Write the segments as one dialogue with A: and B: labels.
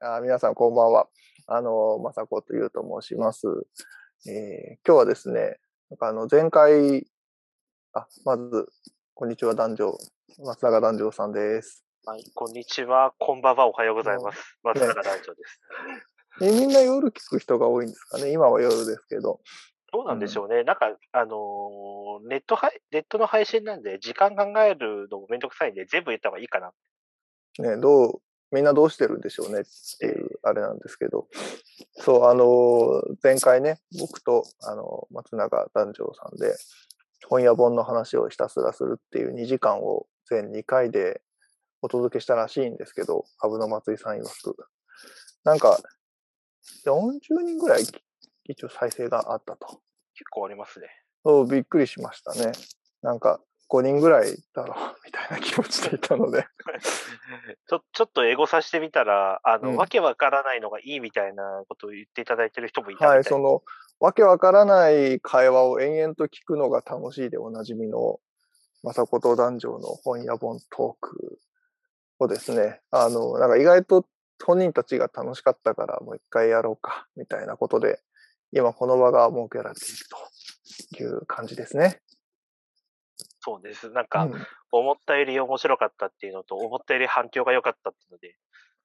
A: あ皆さんこんばんは。あの、まさこというと申します。えー今日はですね、なんかあの、前回、あ、まず、こんにちは、男女、松永男女さんです。
B: はい、こんにちは、こんばんは、おはようございます。松永団 長です。
A: えみんな夜聞く人が多いんですかね今は夜ですけど。
B: どうなんでしょうね、なんか、あのーネット配、ネットの配信なんで、時間考えるのもめんどくさいんで、全部言った方がいいかな。
A: ね、どう、みんなどうしてるんでしょうねっていう、あれなんですけど。そう、あの、前回ね、僕と、あの、松永男女さんで、本屋本の話をひたすらするっていう2時間を全2回でお届けしたらしいんですけど、アブの松井さん曰く。なんか、40人ぐらい一応再生があったと。
B: 結構ありますね。
A: そう、びっくりしましたね。なんか、5人ぐらいだろう、みたいな気持ちでいたので。
B: ちょちょっと英語させてみたら、あの、
A: うん
B: わけわからないのがいいみたいなことを言っていただいてる人もいたみた
A: はいい、その、わけわからない会話を延々と聞くのが楽しいでおなじみの、雅子と男女の本屋本トークをですね、あの、なんか意外と本人たちが楽しかったからもう一回やろうか、みたいなことで、今この場が設けられているという感じですね。
B: そうです。なん
A: う
B: か、
A: ん
B: 思ったより面白かったっていうのと、思ったより反響が良かったっていうので、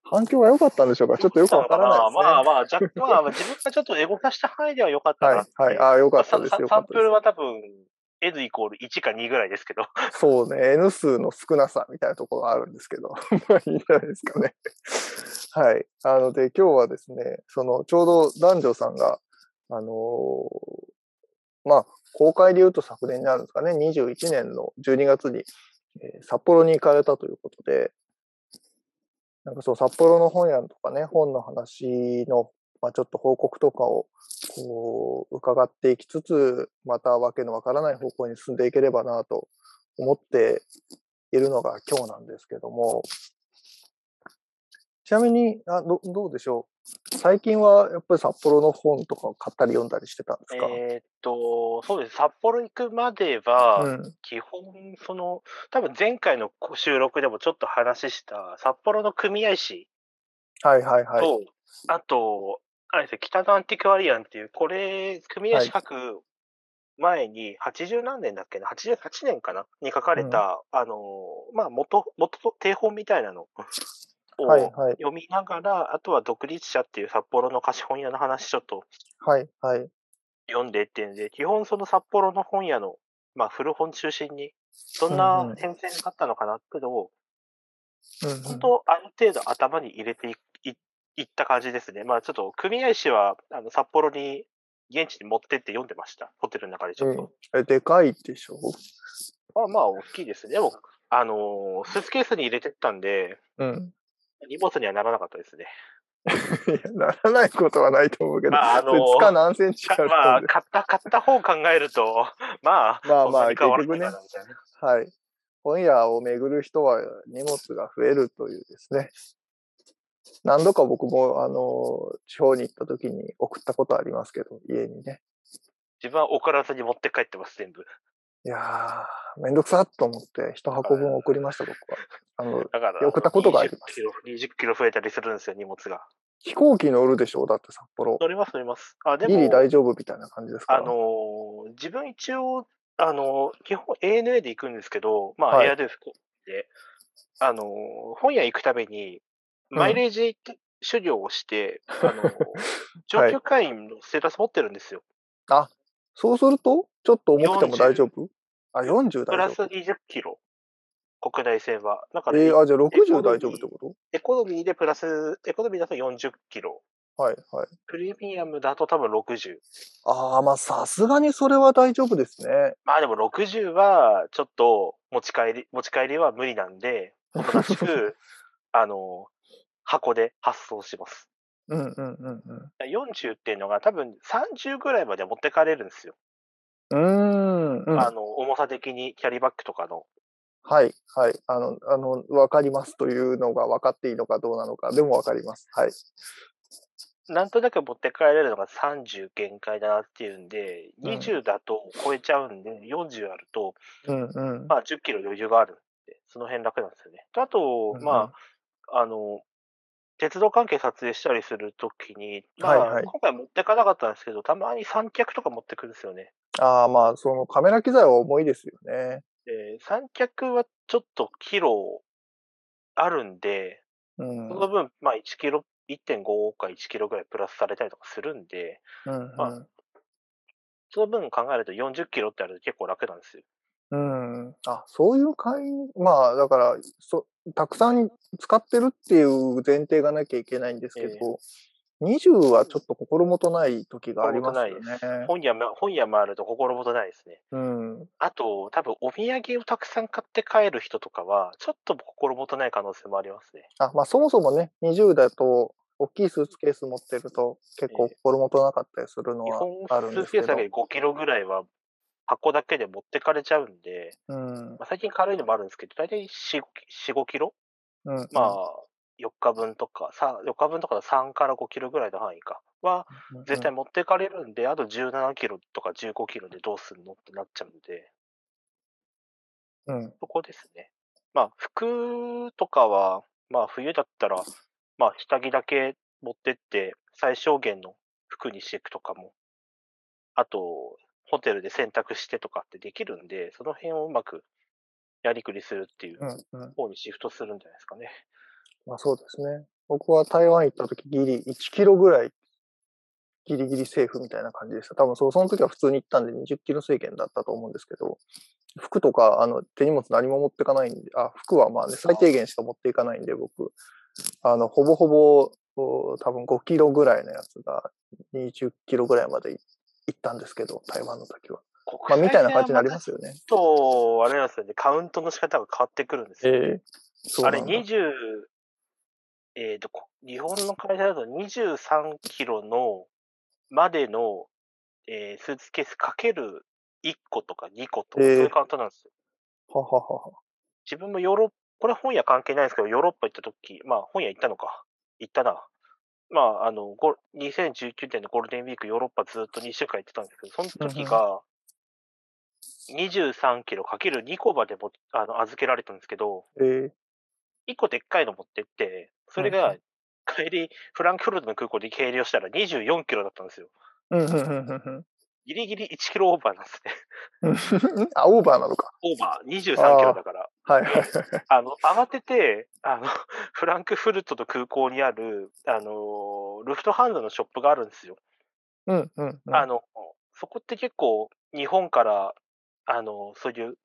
A: 反響が良かったんでしょうかちょっとよくわからないですね。
B: まあまあ、若干、まあ自分がちょっとエゴ化した範囲では良かったなって
A: はい、はい。ああ、良かったです。
B: サ
A: よ
B: サ
A: か
B: ン
A: っ
B: プ
A: た
B: ル
A: で
B: は多分、N イコール1か2ぐらいです けど、
A: す。そうね、N 数の少なさみたいなところがあるんですけど、 まあいいんじゃないですかね。はい。あので、今日はですね、その、ちょうど男女さんが、あのーまあ、公開で言うと昨年になるんですかね、21年の12月に、えー札幌に行かれたということで、なんかそう、札幌の本屋とかね、本の話の、まあ、ちょっと報告とかを、こう、伺っていきつつ、またわけのわからない方向に進んでいければなと思っているのが今日なんですけども、ちなみに、あどどうでしょう最近はやっぱり札幌の本とかを買ったり読んだりしてたんですか、
B: えーっと、そうです。札幌行くまでは、
A: うん、
B: 基本、その、多分前回の収録でもちょっと話した、札幌の組合誌
A: はいはい
B: と、
A: はい。
B: あと、あれですね北のアンティクアリアンっていう、これ、組合誌書く前に、80何年だっけな、88年かなに書かれた、あの、まあ、元、元と定本みたいなのを、
A: はいはい
B: 読みながら、あとは独立者っていう札幌の貸本屋の話ちょっと
A: はいはい。
B: 読んでっていうんで、基本その札幌の本屋の、まあ古本中心に、どん
A: うんう
B: なん変遷があったのかなけど、
A: うんうん
B: 本当ある程度頭に入れていいいった感じですね。まあちょっと組合誌はあの札幌に現地に持ってって読んでました。ホテルの中でちょっと。
A: え、でかいでしょ
B: まあまあ大きいですね。でも、あのースーツケースに入れてったんで、
A: うん。
B: 荷物にはならなかったですね。
A: いや、ならないことはないと思うけど、
B: まああのー
A: それ塚何センチか
B: か
A: あるんで
B: まあ、買った、買った方を考えると、 まあ、
A: まあまあ
B: そんなに変わらな
A: 結局ね
B: いかなみたいな
A: はい。本屋を巡る人は荷物が増えるというですね。何度か僕も、あの、地方に行った時に送ったことありますけど、家にね。
B: 自分は送らずに持って帰ってます、全部。
A: いやー、めんどくさっと思って、一箱分送りました、僕は。あの、
B: だから、
A: 送ったことがあります
B: 20キロ。20キロ増えたりするんですよ、荷物が。
A: 飛行機乗るでしょだって札幌。
B: 乗ります、乗ります。あ、で
A: ギリ
B: も、
A: 大丈夫みたいな感じですか
B: あのー自分一応、あのー基本 ANA で行くんですけど、まあ、
A: はい
B: エアドゥ福岡で、あのー本屋行くために、
A: うん
B: マイレージ修行をして、あのー
A: はい
B: 上級会員のステータス持ってるんですよ。
A: そうすると、ちょっと重くても大丈夫あ、40
B: プ
A: 大
B: ラ
A: 丈
B: ス
A: 夫。
B: 20キロ、国内線は。なんかね、
A: えー、あ、じゃあ60
B: コロ
A: 大
B: ニー
A: 丈夫ってこ
B: エコノミーでプラス、エコノミーだと40キロ、
A: とはい、はい。
B: プレミアムだと多分60。
A: ああ、まあさすがにそれは大丈夫ですね。
B: まあでも60はちょっと持ち帰り、持ち帰りは無理な んで、おとなしく、あの、箱で発送します。
A: うんうんうんうん。
B: 40っていうのが多分30ぐらいまで持ってかれるんですよ。
A: うーん、うん
B: あの、重さ的にキャリーバッグとかの。
A: はい、はい。あの、あの、わかりますというのが分かっていいのかどうなのか、でもわかります。はい。
B: なんとなく持って帰れるのが30限界だなっていうんで、
A: うん
B: 20だと超えちゃうんで、40あると、
A: うんうん。
B: まあ10キロ余裕があるんで、その辺楽なんですよね。あと、まあ、あの、鉄道関係撮影したりするときに、まあ、
A: はいはい
B: 今回持ってかなかったんですけど、たまに三脚とか持ってくるんですよね。
A: ああ、まあ、そのカメラ機材は重いですよね。
B: で三脚はちょっとキロあるんで、
A: うん。
B: その分、まあ1キロ、1.5か1キロぐらいプラスされたりとかするんで、
A: うん
B: まあその分考えると40キロってあると結構楽なんですよ。
A: うん、うん。あ、そういう会員、まあ、だからそ、たくさん使ってるっていう前提がなきゃいけないんですけ
B: え
A: ど、20はちょっと心もとない時がありますよ
B: 心も
A: ね。
B: 本屋も、本屋回ると心もとないですね。
A: うん。
B: あと、多分お土産をたくさん買って帰る人とかは、ちょっと心もとない可能性もありますね。
A: あ、まあ、そもそもね、20だと、大きいスーツケース持ってると、結構
B: ええ
A: 心もとなかったりするの
B: 日
A: は
B: 本
A: あるん
B: スー
A: で
B: ツ
A: す
B: ケ
A: け
B: ースだ
A: ど
B: け。で5キロぐらいは箱だけで持ってかれちゃうんで、
A: うん。
B: まあ、最近軽いのもあるんですけど、大体4、4 5キロ
A: うん。
B: まあ、4日分とか、さ4日分とかだと3から5キロぐらいの範囲かは、
A: うん、
B: 絶対持ってかれるんで、あと17キロとか15キロでどうするのってなっちゃうんで、
A: うん。
B: そこですね。まあ、服とかは、まあ、冬だったら、まあ、下着だけ持ってって、最小限の服にしていくとかも、あと、ホテルで洗濯してとかってできるんで、その辺をうまくやりくりするっていう
A: うん。うん。うん
B: 方にシフトするんじゃないですかね。。
A: まあそうですね。僕は台湾行った時ギリ1キロぐらいギリギリセーフみたいな感じでした。多分そうその時は普通に行ったんで20キロ制限だったと思うんですけど、服とかあの手荷物何も持ってかないんで、あ、服はまあね、最低限しか持っていかないんで僕、あの、ほぼほぼお多分5キロぐらいのやつが20キロぐらいまで行ったんですけど、台湾の時は。まあみたいな感じになりますすよね。
B: ちょっと、あれなんですよね、カウントの仕方が変わってくるんですよ。
A: ええそう
B: あ
A: な
B: れ
A: んだ
B: 20、えっ、と、こ日本の会社だと23キロのまでの、えースーツケースかける1個とか2個とか、そう
A: えー
B: いうカウントなんですよ。
A: はははは。
B: 自分もヨーロッパ、これ本屋関係ないんですけど、ヨーロッパ行った時、まあ本屋行ったのか。行ったな。まあ、あの、ゴ2019年のゴールデンウィーク、ヨーロッパずっと2週間行ってたんですけど、その時が、23キロかける2個までもあの預けられたんですけど、
A: ええ
B: 一個でっかいの持ってって、それ
A: うん
B: が
A: う
B: 帰り、フランクフルトの空港で計量したら24キロだったんですよ。
A: うんうんうんうんうん。
B: ギリギリ1キロオーバーなんですね。
A: うんあ、オーバーなのか。
B: オーバー、23キロだから。
A: はいはいはい。
B: あの、慌てて、あの、 フランクフルトの空港にある、あの、ルフトハンドのショップがあるんですよ。
A: うんうんうん。
B: あの、そこって結構、日本から、あの、そういう、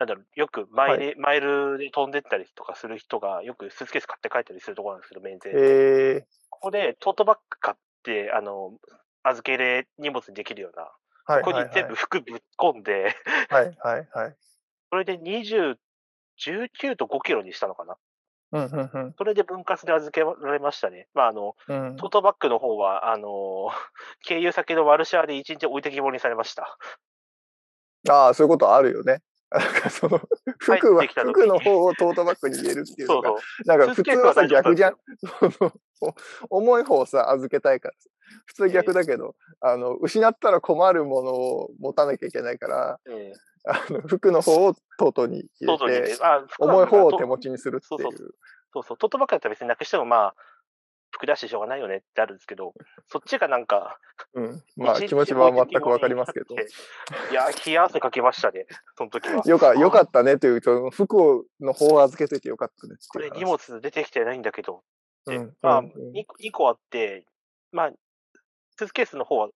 B: なんだろう、よくマイル、マイルで飛んでったりとかする人が、よくスーツケース買って帰ったりするところなんですけど、免税で
A: ええ
B: ここでトートバッグ買って、あの、預け入れ荷物にできるような、
A: はい
B: ここ
A: はい
B: に全部服ぶっ込んで、
A: はいはいはい。
B: それで20、19と5キロにしたのかな。
A: うんうん
B: それで分割で預けられましたね。まあ、あの、
A: うん。うん
B: トートバッグの方は、あの、 経由先のワルシャワで1日置いてきぼりにされました。
A: ああ、そういうことあるよね。なんかそ の、服は、
B: 帰ってきた時に
A: 服の方をトートバッグに入れるっていうの
B: そう
A: が、
B: そう。
A: なんか
B: スーツ
A: 普
B: ケ
A: 通
B: ース
A: はさ、
B: 大丈夫だ
A: 逆
B: った
A: じゃ
B: ん
A: ん。そのお重い方をさ、預けたいからさ普通逆だけど、あの、失ったら困るものを持たなきゃいけないから、
B: ですよ。ええ
A: あの服の方をトートに入
B: 外に
A: れ
B: ね
A: て、
B: あ服は
A: 重い方を手
B: と
A: 持ちにするってい
B: そう
A: う。
B: そうそう、トートバッグだったら別になくしても、まあ、服出してしょうがないよねってあるんですけど、そっちがなんか、
A: うん。まあ
B: 一日
A: 気持ちは
B: 置い
A: 全
B: てき
A: く
B: ぼ
A: わ
B: り
A: かり
B: に
A: ま
B: なっ
A: すけど。
B: て。いや、冷や汗かきましたね、そ の時は。
A: よか、よかったねという、その服をの方を預けといてよかったねって
B: こ
A: い
B: れ
A: う話。
B: 荷物出てきてないんだけどって、
A: うん
B: まあ、
A: うんうん
B: 2, 個あって、まあ、スーツケースの方は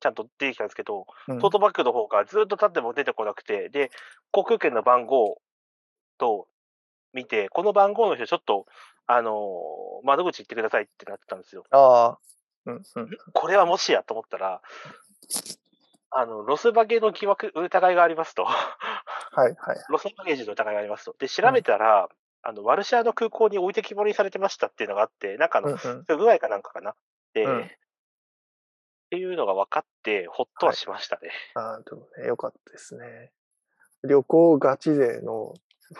B: ちゃんと出てきたんですけど、
A: うん
B: トートバッグの方がずっと経っても出てこなくて、で、航空券の番号と見て、この番号の人、ちょっと、あのー窓口行ってくださいってなってたんですよ。
A: ああ。うんうん。
B: これはもしやと思ったら、あの、ロスバゲの疑惑、疑いがありますと。
A: はいはい。
B: ロスバゲージの疑いがありますと。で、調べたら、あの、ワルシャワの空港に置いてきぼりにされてましたっていうのがあって、なんかあ
A: うんう
B: の、
A: ん。
B: 不具合かなんかかな。で、
A: うん
B: っていうのが分かって、ほっとはしましたね。
A: ああ、でもね、よかったですね。旅行ガチ勢の、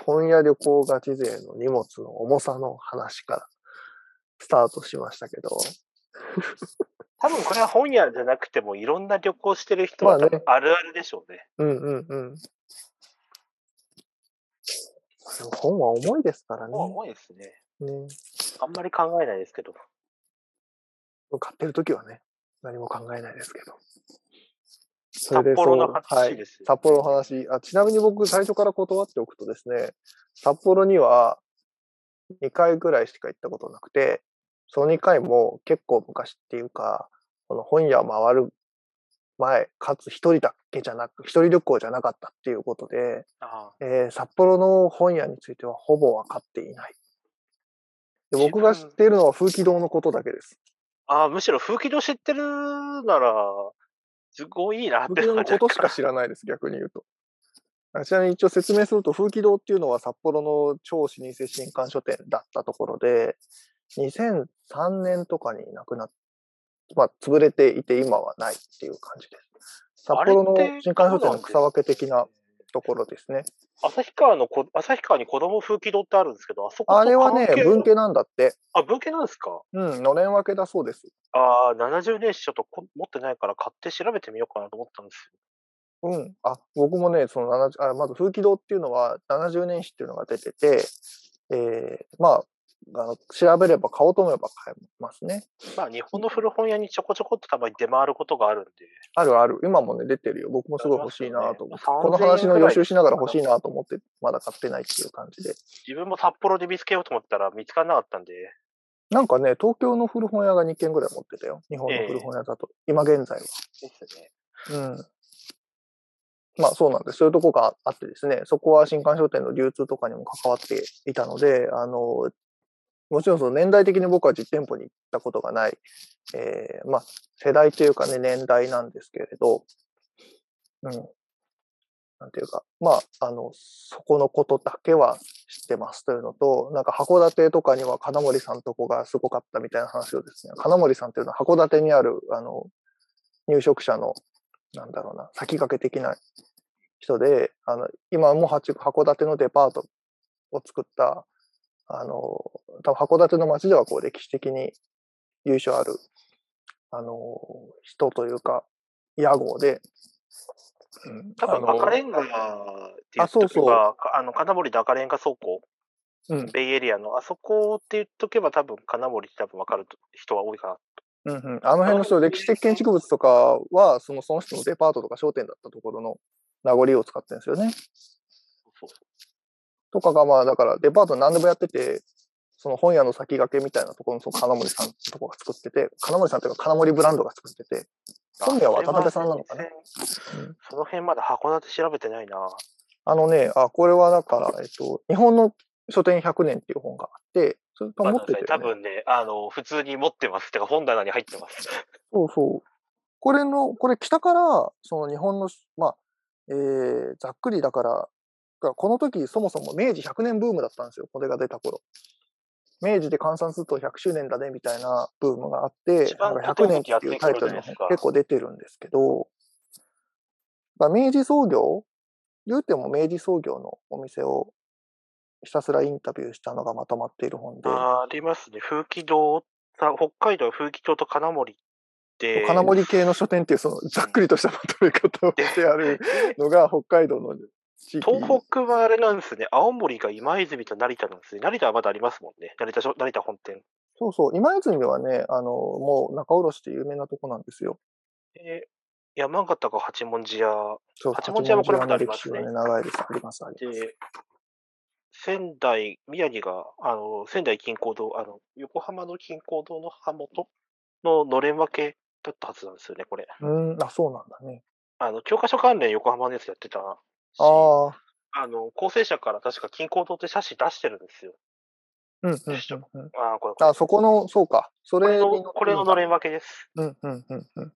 A: 本屋旅行ガチ勢の荷物の重さの話からスタートしましたけど、
B: 多分これは本屋じゃなくても、いろんな旅行してる人
A: ま
B: は
A: あね
B: 多分あるあるでしょうね。
A: うんうんうん。でも本は重いですからね。
B: もう重いですね。
A: ね。
B: あんまり考えないですけど。
A: 買ってる時はね、何も考えないですけど。そ
B: 札
A: れで
B: 幌
A: そ
B: の
A: うは
B: 話
A: い。
B: です。
A: 札幌の話あ。ちなみに僕、最初から断っておくとですね、札幌には2回ぐらいしか行ったことなくて、その2回も結構昔っていうか、この本屋を回る前、かつ一人だけじゃなく、一人旅行じゃなかったっていうことで、
B: あ
A: えー札幌の本屋についてはほぼ分かっていない。で僕が知っているのは風紀堂のことだけです。
B: ああ、むしろ風紀堂知ってるなら、すごいいいなっ
A: 風
B: て
A: 紀堂の
B: 感じだ
A: こと
B: か
A: しから知らないです、逆に言うと。あちなみに一応説明すると、風紀堂っていうのは札幌の超老舗新刊書店だったところで、2003年とかに亡くなっまあ、潰れていて今はないっていう感じです。札幌の
B: あれって
A: 新刊書店
B: そうなん
A: の
B: です
A: 草分け的なところですね。
B: 旭川のこ、旭川に子供風紀堂ってあるんですけど、あそこと
A: あれはね
B: 関係、
A: 文系なんだって。
B: あ、文系なんですか
A: うん、のれん分けだそうです。
B: ああ、70年史ちょっとこ持ってないから買って調べてみようかなと思ったんですよ。
A: うん。あ、僕もね、その70、あまず風紀堂っていうのは70年史っていうのが出てて、えーまあ、あの調べれば買おうと思えば買えますね。
B: まあ、日本の古本屋にちょこちょこっとたまに出回ることがあるんで。
A: あるある。今もね、出てるよ。僕もすごい欲しいなと思って。
B: あり
A: この
B: ますよね
A: 話の予習しながら欲しい
B: 3000
A: なと思って、まだ買ってないっていう感じで。
B: 自分も札幌で見つけようと思ったら見つからなかったんで、
A: なんかね、東京の古本屋が2軒ぐらい持ってたよ。日本の古本屋だと。今現在
B: ですね。
A: は。うん。まあそうなんです。そういうとこがあってですね、そこは新刊書店の流通とかにも関わっていたので、あの、もちろんその年代的に僕は実店舗に行ったことがない、えーまあ世代というかね、年代なんですけれど、うん。なんていうか、まあ、あの、そこのことだけは知ってますというのと、なんか函館とかには金森さんとこがすごかったみたいな話をですね、金森さんっていうのは函館にある、あの、入植者の、なんだろうな、先駆け的な人で、あの、今も八函館のデパートを作った、あの、多分函館の街ではこう歴史的に由緒ある、あの、人というか、屋号で、うん
B: 多
A: あ
B: 分
A: の
B: 赤レンガって言
A: あ
B: っ
A: そう
B: と
A: そ
B: け
A: う
B: ば、かあの、金森の赤レンガ倉庫、
A: うん
B: ベイエリアのあそこって言っとけば多分金森って多分分かると人は多いかな。
A: うんうん、あの辺の人、歴史的建築物とかは、そのその人のデパートとか商店だったところの名残を使ってるんですよね。
B: そう
A: とかが、まあ、だからデパート何でもやってて、その本屋の先駆けみたいなところのその金森さんのとこが作ってて、金森さんというか金森ブランドが作ってて、本名は渡辺さんなのかな。うん
B: その辺まだ函館調べてないな。
A: あのね、あ、これはだから、えっと、日本の書店100年っていう本があって、それ多分持ってて、ね、
B: 多分ね、あの、普通に持ってます。てか本棚に入ってます。
A: そうそう。これの、これ北から、その日本の、まあ、えーざっくりだから、がこの時そもそも明治100年ブームだったんですよ、これが出た頃。明治で換算すると100周年だねみたいなブームがあって
B: 一、
A: な
B: 番
A: んか100年っていうタイトルの本が結構出てるんですけど、まあ明治創業、言うても明治創業のお店をひたすらインタビューしたのがまとまっている本で、
B: ありますね。風紀堂、さ北海道風紀堂と金森って。
A: 金森系の書店っていうそのざっくりとしたまとめ方をしてあるのが北海道の地域
B: 東北はあれなんですね。青森が今泉と成田なんですね。成田はまだありますもんね。成田書成田本店。
A: そうそう今泉はねあのもう仲卸って有名なとこなんですよ
B: で山形が八文字屋。
A: そう
B: 八文字屋もこれまたあり
A: 八文字
B: ま
A: 屋
B: すね
A: の歴史はね長いですありますあります
B: で、仙台、宮城が、あの、仙台近郊堂、あの、横浜の近郊堂の刃元ののれん分けだったはずなんですよね、これ。
A: うんあそうなんだね
B: あの、教科書関連横浜のやつやってたし。
A: ああ
B: あの、構成者から確か近郊堂って写真出してるんですよ。
A: うんうんうんうん
B: ああ、これ、こ
A: あそこのそうかそれ
B: れ
A: に
B: の、
A: 乗って
B: これののれん分けです。
A: うんうんうんうん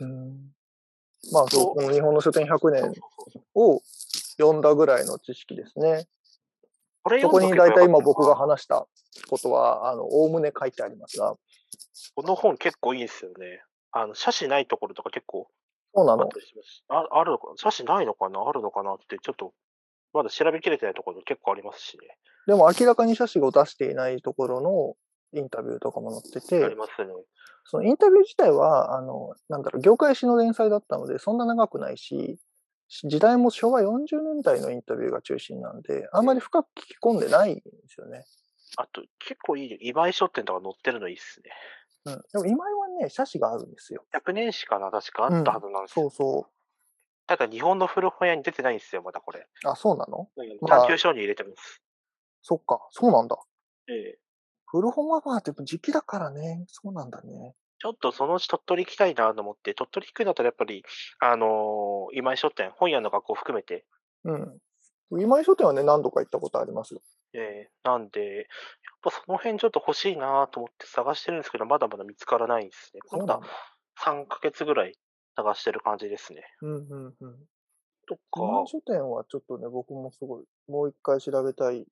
A: うんまあそう
B: そう
A: この日本の書店100
B: そう
A: 年
B: そうそう
A: を読んだぐらいの知識ですね
B: これ
A: そこ
B: 読ん
A: に
B: どけ
A: 大体
B: ばよかったな
A: 今僕が話したことは、あの、おおむね書いてありますが、
B: この本結構いいですよね。あの、写真ないところとか結構
A: そうな
B: あっ
A: の。
B: たりします。ああるのかな写真ないのかなあるのかなって、ちょっと、まだ調べきれてないところ結構ありますしね。
A: でも明らかに写真を出していないところのインタビューとかも載って
B: あり
A: て、
B: ますね。
A: そのインタビュー自体は、あの、なんだろう、業界誌の連載だったので、そんな長くないし、時代も昭和40年代のインタビューが中心なんで、あんまり深く聞き込んでないんですよね。
B: あと、結構いい、今井書店とか載ってるのいいっすね。
A: うん、でも今井はね、写真があるんですよ。
B: 100年史かな、確かあったはずなんですよ。
A: そうそ
B: ただ、日本の古本屋に出てないんですよ、まだこれ。
A: う。あ、そうなのまあ
B: 探求書に入れてます。
A: そっか、そうなんだ。
B: ええ
A: 古本はまあ、でも時期だからね、そうなんだね。
B: ちょっとそのうち鳥取行きたいなと思って、鳥取行くんだったらやっぱり、あのー今井書店、本屋の学校含めて、
A: うん。今井書店はね、何度か行ったことありますよ。
B: えーなんで、やっぱその辺ちょっと欲しいなと思って探してるんですけど、まだまだ見つからないんですね。
A: そう
B: ま
A: なん
B: だ
A: だ。
B: 3ヶ月ぐらい探してる感じですね。
A: うんうんうん。
B: とか、
A: 今井書店はちょっとね、僕もすごい、もう一回調べたい。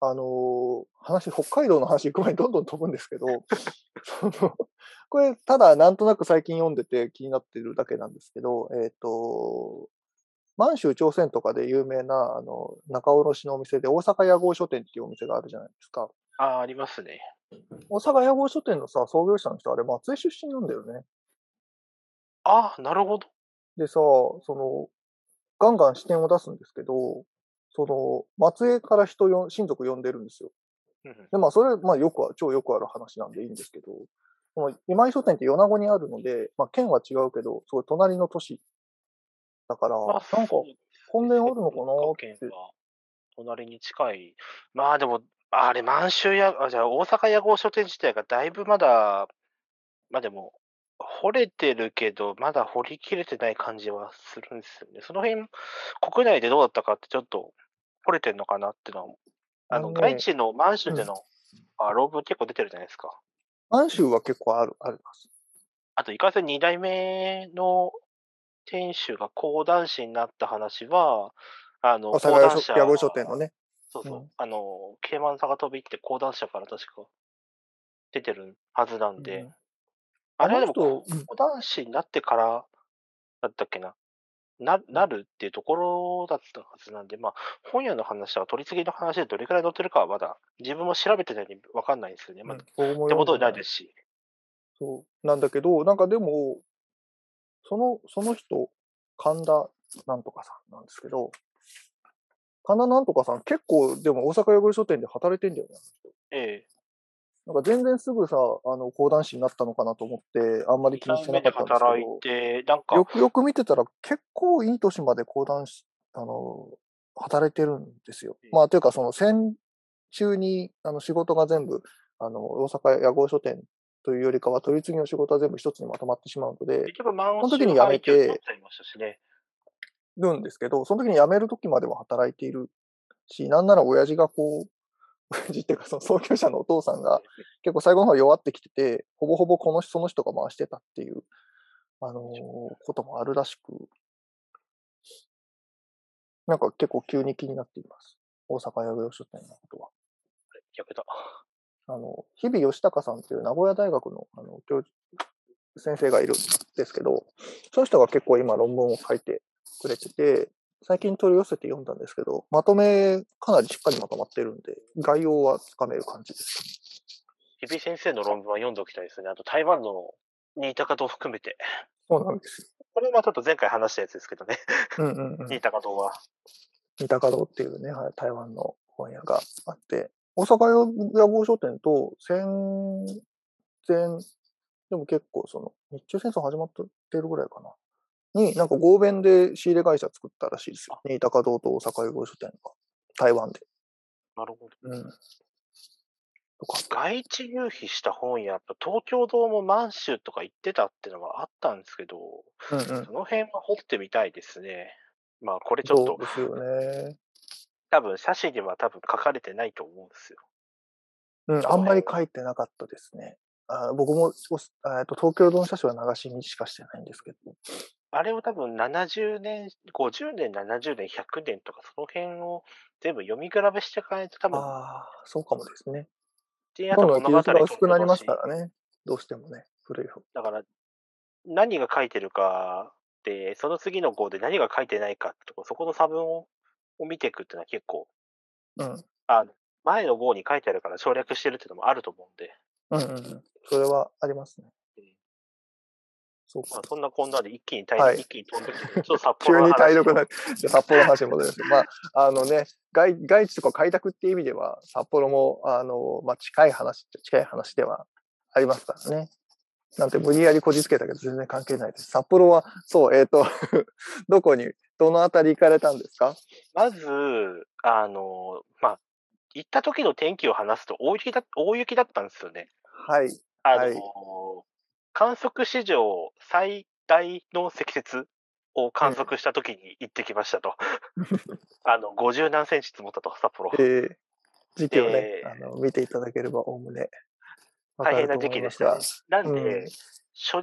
A: あのー話、北海道の話行く前にどんどん飛ぶんですけど、その、これ、ただなんとなく最近読んでて気になってるだけなんですけど、えっ、と、満州朝鮮とかで有名な、あの、仲卸のお店で大阪屋号書店っていうお店があるじゃないですか。
B: あーありますね。
A: 大阪屋号書店のさ、創業者の人、あれ松江出身なんだよね。
B: ああ、なるほど。
A: でさ、その、ガンガン視点を出すんですけど、その、松江から人よん、親族呼んでるんですよ。
B: うんうん
A: で、まあ、それ、まあ、よくは、超よくある話なんでいいんですけど、この今井書店って米子にあるので、まあ、県は違うけど、すごい隣の都市だから、なんか、
B: そうですね
A: 本殿あるのかな
B: 福
A: って
B: 岡県は隣に近い。まあでも、あれ、満州や、あじゃあ大阪屋号書店自体がだいぶまだ、まあでも、掘れてるけど、まだ掘り切れてない感じはするんですよね。その辺、国内でどうだったかってちょっと掘れてるのかなっていうのは、あ
A: あ
B: の、
A: のね
B: 外地の満州での、あ、論文結構出てるじゃないですか。
A: 満州は結構ある、あります。
B: あと、いかせ2代目の店主が講談師になった話は、あの、
A: 大
B: 講談
A: 阪
B: 社
A: 屋号書店のね。
B: そうそう。
A: うん
B: あの、ケイマン坂飛びって講談社から確か出てるはずなんで、
A: うん
B: あれはでも
A: あの
B: 講
A: 人うん
B: 談師になってからだったっけな。な、なるっていうところだったはずなんで、まあ、本屋の話とか取り次ぎの話でどれくらい載ってるかはまだ、自分も調べてないのに分かんないんですよね。まあ、っ
A: 僕も
B: て
A: 読
B: こ
A: ん
B: と
A: で
B: にないですし。
A: そう、なんだけど、なんかでも、その、その人、神田なんとかさんなんですけど、神田なんとかさん結構でも大阪汚れ書店で働いてんだよね。
B: ええ。
A: なんか全然すぐさ、あの、講談師になったのかなと思って、あんまり気にしてなかったんです
B: 働い
A: け
B: て、なん
A: ど、よ
B: か、
A: くよく見てたら結構いい年まで講談師、あの、働いてるんですよ
B: うん。
A: まあ、というかその戦中に、あの、仕事が全部、あの、大阪屋号書店というよりかは、取り次ぎの仕事は全部一つにまとまってしまうので、
B: 結局満
A: その時
B: 州
A: に辞めて
B: 配給になっちゃいましたしね。
A: るんですけど、その時に辞める時までは働いているし、なんなら親父がこう、 親父っていうかその創業者のお父さんが結構最後の方弱ってきてて、ほぼほぼこの人その人が回してたっていう、あのーこともあるらしく、なんか結構急に気になっています。大阪屋上書店のことは。
B: やめた。
A: あの、日々吉高さんっていう名古屋大学のあの教授先生がいるんですけど、その人が結構今論文を書いてくれてて、最近取り寄せて読んだんですけど、まとめかなりしっかりまとまってるんで、概要はつかめる感じです。
B: 日比先生の論文は読んでおきたいですね。あと、台湾の新高堂含めて。
A: そうなんです
B: これはちょっと前回話したやつですけどね。
A: よ。うんうんうん
B: 新。高堂は。
A: 三鷹堂っていうね、はい、台湾の本屋があって、大阪屋号書店と戦前、でも結構その、日中戦争始まってるぐらいかな。に、なんか合弁で仕入れ会社作ったらしいですよ。新高堂と大阪屋号書店が、台湾で。
B: なるほど。
A: うん。
B: 外地入費した本屋、やっぱ東京堂も満州とか行ってたってのはあったんですけど、
A: うんうん
B: そ。の辺は掘ってみたいですね。まあ、これちょっ
A: そ
B: と
A: う、ですよね。
B: 多分、写真には多分書かれてないと思うんですよ。
A: うん、あんまり書いてなかったですね。あ僕もおす、えっと、東京ドン社書は流し見しかしてないんですけど。
B: あれを多分70年、50年、70年、100年とか、その辺を全部読み比べしていかないと、多分、
A: ああ、そうかもですね。
B: であと
A: どんどん記
B: 物語
A: 述が
B: と
A: 薄くなりますからね。どうしてもね、古い方。
B: だから、何が書いてるかで、その次の号で何が書いてないかってとこ、そこの差分をを見ていくっていうのは結構、
A: うん。
B: あの前の号に書いてあるから省略してるっていうのもあると思うんで、
A: うんうんうん。それはありますね。そう
B: まあ
A: か、。
B: そんなこんなで一気に体、
A: はい
B: 一気に飛んできて、ちょっと札
A: 急
B: 幌の
A: に
B: 話
A: 体力ない。じゃあ札幌の話に戻りますけど、まあ、あのね、外、外地とか開拓っていう意味では、札幌も、あの、まあ、近い話っちゃ近い話ではありますからね。なんて無理やりこじつけたけど全然関係ないです。札幌は、そう、えっ、と、 どこに、どのあたり行かれたんですか
B: まず、あの、まあ、行った時の天気を話すと大雪だ、大雪だったんですよね。
A: はい。
B: あの、
A: はい
B: 観測史上最大の積雪を観測した時に行ってきまし たと。あの、50何センチ積もったと、札幌。
A: えー、時期をね、
B: えー
A: あの、見ていただければ、おおむね。わか
B: 大変
A: ると
B: な
A: 思
B: 時
A: い
B: 期
A: ま
B: ですしたね
A: が。。
B: なんで、
A: うん
B: 初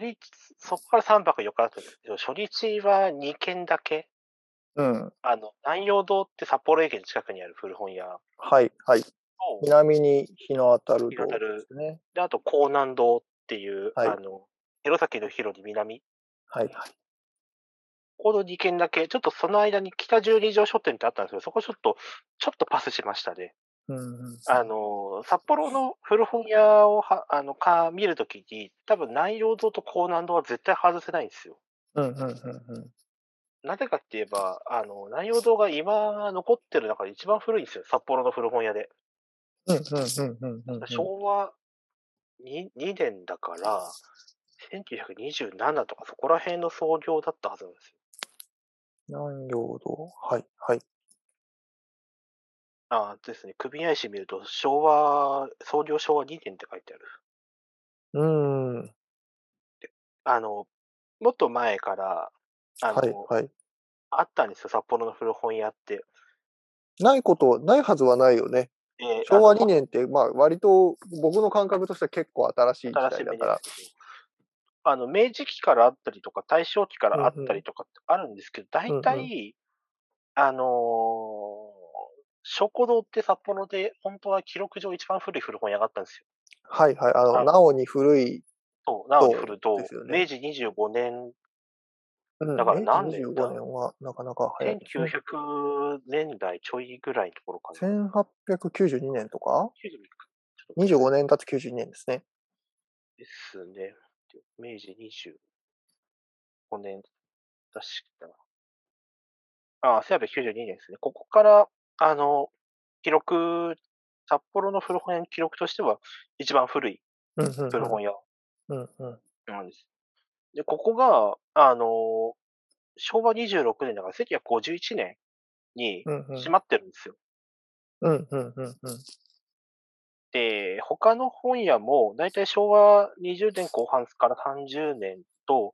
B: 日、そこから3泊4日だったんですけど、初日は2軒だけ、
A: うん。
B: あの、南陽堂って札幌駅の近くにある古本屋と、
A: はい、はい。南に日の当たる
B: 日
A: と
B: の当た
A: で
B: る
A: すね。
B: であと、江南堂っていう、
A: はい
B: あの、弘前の広に南、
A: はい、はい。
B: この2軒だけ、ちょっとその間に北十二条書店ってあったんですけど、そこちょっと、ちょっとパスしましたね。
A: うんうん、
B: あの、札幌の古本屋をは、あの、か、見るときに、多分南陽堂と江南堂は絶対外せないんですよ。
A: うん、うん、うんうん。
B: なぜかって言えば、あの、南陽堂が今残ってる中で一番古いんですよ。札幌の古本屋で。
A: うんうんうんうんうんうん。
B: 昭和 2, 2年だから、1927とかそこら辺の創業だったはずなんですよ。
A: 南陽道。はい、はい。
B: あーですね。組合誌見ると、昭和、創業昭和2年って書いてある。
A: うーん。は
B: あの、もっと前から、あの、
A: い、はい。
B: あったんですよ。札幌の古本屋って。
A: ないこと、ないはずはないよね。
B: えー
A: 昭和
B: あの
A: 2年って、まあ、割と僕の感覚としては結構新しい時代
B: 新しい
A: だ
B: メニュー
A: から。
B: ですけどあの、明治期からあったりとか、大正期からあったりとかってあるんですけど、
A: んう
B: 大
A: ん
B: 体、あのー、小古堂って札幌で本当は記録上一番古い古本屋があったんですよ。
A: はい、はい。あの、
B: あ
A: なおに古い。
B: そう、なおに古堂、
A: ですよね
B: 明治25年、
A: うん、
B: だから何年だ
A: ?25 年はなかなか早いですね。
B: 1900年代ちょいぐらいのところかな。
A: 1892年とか
B: 90年
A: ?25 年経って92年ですね。
B: ですね。明治25年、確か。あ、1892年ですね。ここから、あの、記録、札幌の古本屋の記録としては、一番古い
A: うん、うん
B: 古本屋
A: うん、うんうん。
B: なんです。で、ここが、あの、昭和26年だから、1951年に
A: うん、うん。
B: 閉まってるんですよ。
A: うん、うん、うん。うん
B: で、他の本屋も、だいたい昭和20年後半から30年と、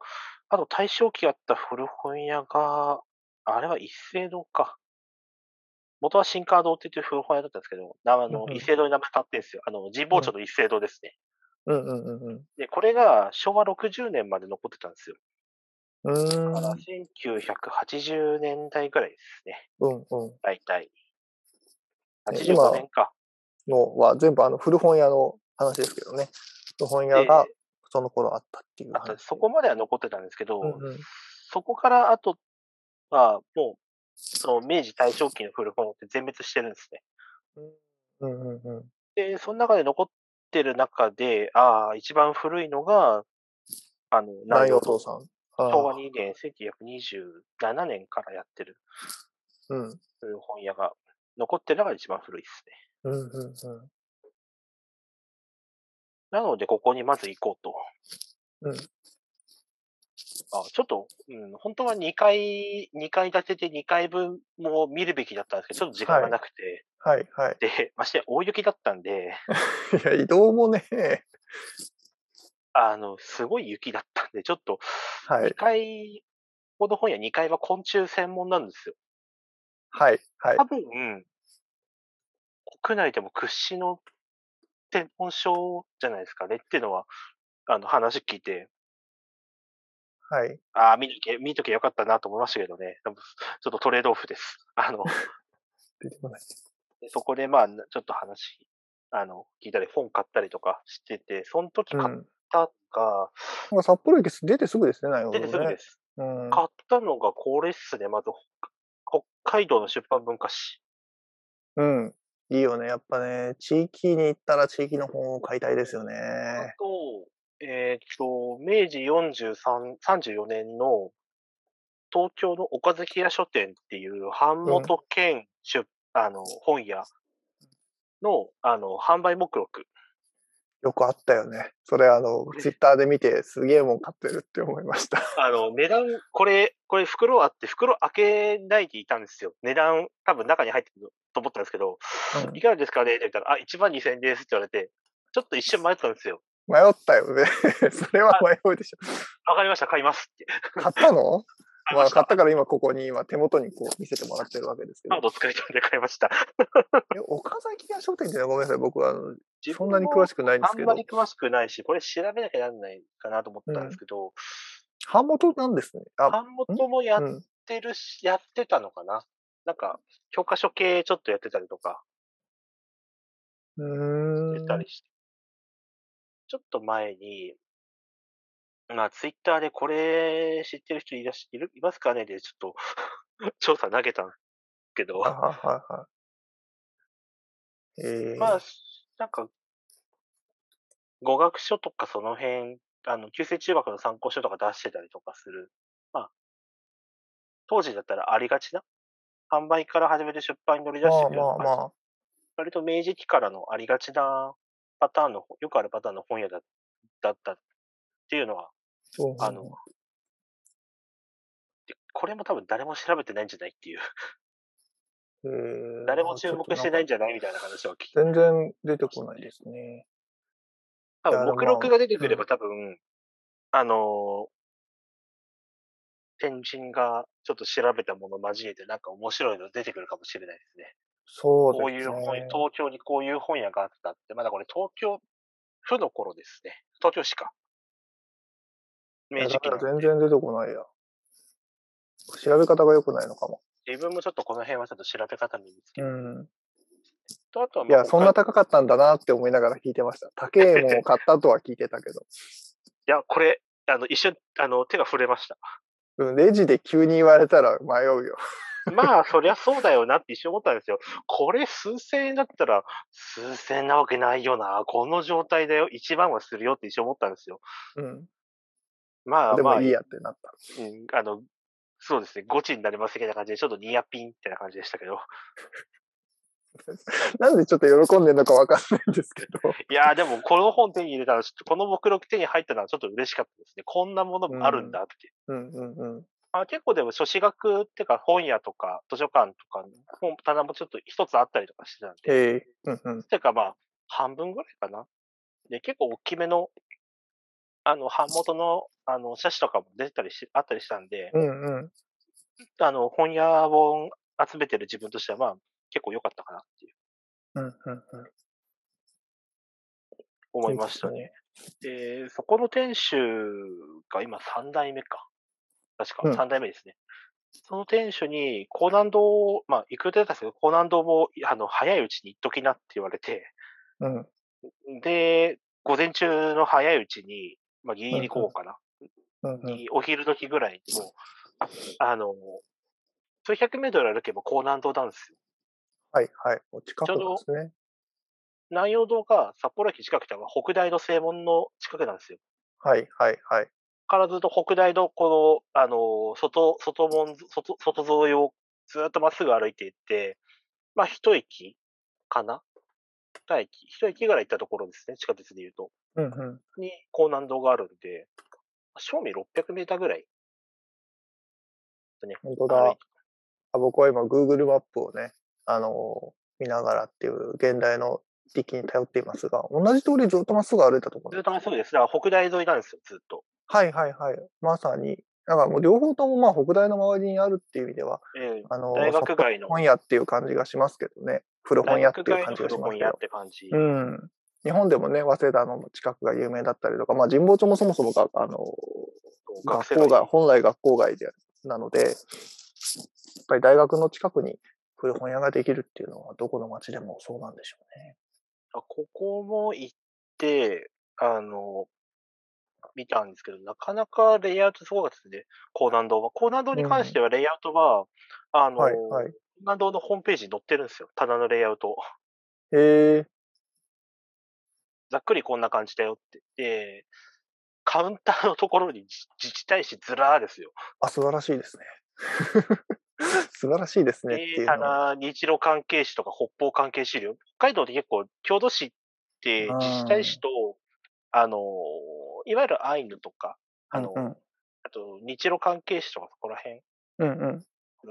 B: あと大正期あった古本屋が、あれは一斉堂か。元は新華堂っていう古本屋だったんですけど、なあの
A: うんうん
B: 一斉堂に名前変わってるんですよ。あの、神保町の一斉堂ですね。
A: うん、うん、うん。
B: で、これが昭和60年まで残ってたんですよ。
A: うー
B: だから
A: ん、
B: 1980年代ぐらいですね。
A: うん、うん。
B: だいたい。
A: ね
B: 85年か。
A: のは全部あの古本屋の話ですけどね。古本屋が
B: で
A: その頃あったっていう
B: あと
A: 話。
B: そこまでは残ってたんですけど、
A: うんうん
B: そこからあとは、もう、その明治大正期の古本屋って全滅してるんですね。
A: うんうんうん。
B: で、その中で残ってる中で、ああ、一番古いのが、あの、
A: 南陽
B: 堂
A: 堂さん。
B: 昭和
A: ああ
B: 2年、1927年からやってる
A: うん。
B: 古本屋が、残ってるのが一番古いです
A: う
B: ね。
A: んうんうん。
B: なので、ここにまず行こうと。
A: うん
B: あちょっと、うん、本当は2階、二階建てで2階分も見るべきだったんですけど、ちょっと時間がなくて、
A: はいはい。
B: で、 ましてや大雪だったんで、
A: いや、移動もね、
B: あの、すごい雪だったんで、ちょっと、
A: はい
B: 2階、この本屋2階は昆虫専門なんですよ。
A: はいはい
B: 多。分、国内でも屈指の専門書じゃないですかねっていうのは、あの、話聞いて、
A: はい。
B: ああ、見とけ、見とけよかったなと思いましたけどね。でもちょっとトレードオフです。あの、
A: 出てこない。
B: そこでまあ、ちょっと話、あの、聞いたり、本買ったりとかしてて、その時
A: うん。
B: 買ったか、
A: まあ札幌駅出てすぐですね、南陽堂ね。
B: 出てすぐです。
A: うん。
B: 買ったのがこれっすね、まず、北海道の出版文化誌。
A: うん。いいよね。やっぱね、地域に行ったら地域の本を買いたいですよね。
B: あと、ええっ、と、明治43、34年の東京の岡崎屋書店っていう版元兼出、あの、本屋の、あの、販売目録。
A: よくあったよね。それ、あの、ツイッターで見て、すげえもん買ってるって思いました。
B: あの、値段、これ、これ袋あって、袋開けないでいたんですよ。値段、多分中に入ってると思ったんですけど、
A: うん
B: いかがですかねって言ったら、あ、1万2000円ですって言われて、ちょっと一瞬迷ったんですよ。
A: 迷ったよね。 それは迷うでしょ。
B: わかりました、買いますって。
A: 買ったのまあ、買
B: 買
A: っ
B: い
A: たから今ここに、今手元にこう見せてもらってるわけですけ
B: カ
A: ど
B: ー。ド使えたんで買いました。
A: え岡崎屋商店ってねごめんなさい。僕はあの、 そんなに詳しくないんです
B: あん
A: け
B: ま
A: ど
B: り。詳しくないし、これ調べなきゃなんないかなと思ったんですけど、
A: 版元なんですね。あ、
B: 版元もや
A: う
B: っ
A: ん。
B: てるし、やってたのかななんか、教科書系ちょっとやってたりとか、
A: う
B: 出
A: ーん。
B: たりして。ちょっと前に、まあ、ツイッターでこれ知ってる人いらっしいるいますかねで、ちょっと 調査投げたんですけど、
A: あはいはいはい。えー、
B: まあ、なんか、語学書とかその辺、あの、旧制中学の参考書とか出してたりとかする。まあ、当時だったらありがちな。販売から始めて出版に乗り出
A: ま
B: して
A: あ
B: る
A: ま
B: よう
A: あ
B: な
A: ま
B: 感
A: あ。
B: じ割と明治期からのありがちなパターンの、よくあるパターンの本屋だだったっていうのは、
A: うんうん
B: あの、でこれも多分誰も調べてないんじゃないっていう、
A: えー
B: 誰も注目してないんじゃないみたいな話を聞き、
A: 全然出てこないですね。
B: 多
A: いや
B: 分
A: でも
B: 目録が出てくれ
A: う
B: ば多分、あのー、天神がちょっと調べたもの交えてなんか面白いの出てくるかもしれないですね。
A: そう
B: こう
A: で
B: い
A: す
B: う
A: ね。
B: 本、東京にこういう本屋があったって、まだこれ東京府の頃ですね。東京市か。
A: い
B: 明
A: や
B: 治
A: だ
B: 期
A: か
B: なん
A: ら
B: で
A: 全然出てこないや。調べ方が良くないのかも。
B: 自分もちょっとこの辺はちょっと調べ方に見つけ
A: う
B: る
A: ん。
B: と、あとはいまあ
A: や、そんな高かったんだなって思いながら聞いてま した。高えもんを買ったとは聞いてたけど。
B: いや、これ、あの、一瞬、あの、手が震えました。
A: うんレジで急に言われたら 迷うよ。
B: まあ、そりゃそうだよなって一瞬思ったんですよ。これ数千円だったら、数千円なわけないよな。この状態だよ。一番はするよって一瞬思ったんですよ。
A: うん。
B: まあ
A: で
B: ま
A: も
B: あ、
A: いいやってなった。
B: うんあの、そうですね。ゴチになりますみたいな感じで、ちょっとニアピンみたいな感じでしたけど。
A: なんでちょっと喜んでるのかわかんないんですけ ど。
B: いやーでも、この本手に入れたら、ちょっとこの目録手に入ったのはちょっと嬉しかったですね。こんなものもあるんだって。
A: うんうんうん。
B: あ結構でも書士学っていうか本屋とか図書館とか本棚もちょっと一つあったりとかしてたんで、
A: ええうんうん。
B: てかまあ半分ぐらいかな。で、結構大きめの、あの、版元の、あの、写真とかも出てたりし、あったりしたんで、
A: うんうん。
B: あの、本屋本集めてる自分としてはまあ結構良かったかなっていう
A: うんうんうん。
B: 思いましたね。で、そこの店主が今3代目か。確か
A: うん
B: 3代目ですね。その店主に高難度を、まあ、行く予定だったんですけど、高難度も、あの、早いうちに行っときなって言われて、
A: うん。
B: で、午前中の早いうちに、まあ、ギリギリ午後かな。
A: うんうん。
B: にお昼時ぐらいにもう、あの、数百メートル歩けば高難度なんですよ。
A: はいはい。お近くなんですね。
B: 南陽堂が札幌駅近くて、まあ北大の正門の近くなんですよ。
A: はいはいはい。
B: からずっと北大のこの、あの、外、外門、外、外沿いをずっとまっすぐ歩いていって、まあ、一駅かな二駅、一駅ぐらい行ったところですね、地下鉄で言うと。
A: うんうん。
B: に高南道があるんで、正味600メーターぐらい
A: 本当
B: 歩い
A: だ
B: て。。
A: あ僕は今 Google マップをね、あのー見ながらっていう現代の力に頼っていますが、同じ通りずっとまっすぐ歩いたとこ
B: ず
A: ろ
B: っ。とまっすぐです。だから北大沿いなんですよ、ずっと。
A: はいはいはい。まさに。だからもう両方ともまあ北大の周りにあるっていう意味では、
B: ええ
A: あのー
B: 大学街
A: 札幌
B: の
A: 本屋っていう感じがしますけどね。古本
B: 大
A: 屋って
B: 学
A: いう
B: 街
A: 感
B: の
A: じがしま
B: 古
A: す
B: 本
A: け
B: 屋
A: ど
B: っ。て感じ。
A: うん。日本でもね、早稲田の近くが有名だったりとか、まあ神保町もそもそもが、あの、
B: 学
A: 学
B: 生
A: 校
B: 街
A: が、本来学校外でなので、やっぱり大学の近くに古本屋ができるっていうのは、どこの町でもそうなんでしょうね。
B: あここも行って、あの、見たんですけど、なかなかレイアウトすごかったですね、高難度は。高難度に関しては、レイアウトは、あの、
A: はい、はい。
B: 高難度のホームページに載ってるんですよ、棚のレイアウト。
A: へえ、
B: ざっくりこんな感じだよって。で、カウンターのところに自自治体紙ずらーですよ。
A: あ、素晴らしいですね。 素晴らしいですねってい
B: で、
A: うのは。
B: 棚、日露関係紙とか北方関係資料。北海道って結構、郷土紙って
A: うん
B: 自治体紙と、あのー、いわゆるアイヌとか、あの、
A: うん
B: あと日露関係紙とかそこら辺、
A: うんうんうん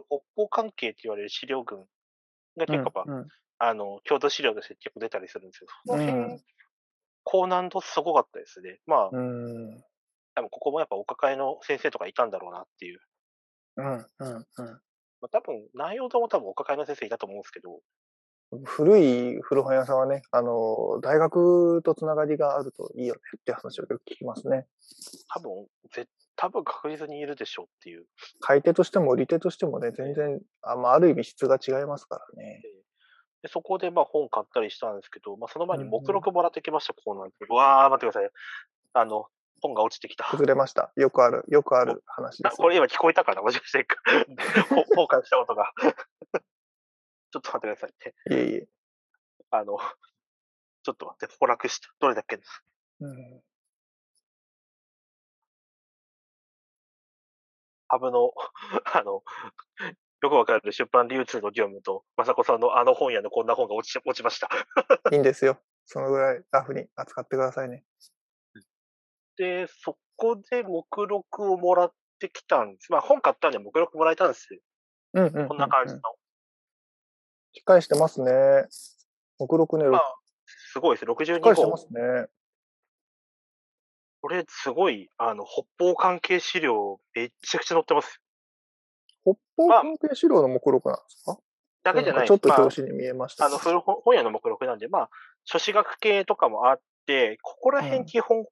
B: 北方関係って言われる資料群が結構やっぱ、
A: うんうん
B: あの、郷土資料として結構出たりするんですけど、その
A: う
B: 辺、
A: ん
B: 高難度すごかったですね。まあ、
A: うん
B: 多分ここもやっぱお抱えの先生とかいたんだろうなっていう。
A: うんうんうん
B: まあ、多分、内容とも多分お抱えの先生いたと思うんですけど、
A: 古い古本屋さんはね、あの、大学とつながりがあるといいよねって話をよく聞きますね。
B: 多分、ぜ多分確実にいるでしょうっていう。
A: 買い手としても売り手としてもね、全然、あまあ、ある意味質が違いますからね。
B: でそこでまあ本買ったりしたんですけど、まあ、その前に
A: うんうん
B: 目録もらってきました、こうなんて。うわー、待ってください。あの、本が落ちて きた。
A: 崩れました。よくある、よくある話で
B: あ
A: す。
B: これ今聞こえたかなもしか して、ほ崩壊した音が。 ちょっと待ってくださいね。
A: いえいえ。
B: あの、ちょっと待って、崩落した。どれだっけな
A: うん
B: ハブの、 あの、よくわかる出版流通の業務と、雅子さんのあの本屋のこんな本が落ち落ちました。
A: いいんですよ。そのぐらいラフに扱ってくださいね。
B: で、そこで目録をもらってきたんです。まあ本買ったんで目録もらえたんですよ。
A: うんうんうんうん
B: こんな感じの。
A: しっかりしてますね。目録ね、
B: まあ
A: し
B: すごいです。
A: っか
B: 62
A: りしてま
B: 号
A: す。ね。
B: これすごい、あの、北方関係資料めっちゃくちゃ載ってます。
A: 北方関係資料の目録なんですか
B: だけじゃない
A: ちょっと
B: まあ
A: 表紙に見えました
B: あ
A: けど。
B: の、古本本屋の目録なんで、まあ、書士学系とかもあって、ここら
A: う
B: 辺
A: ん
B: 基本、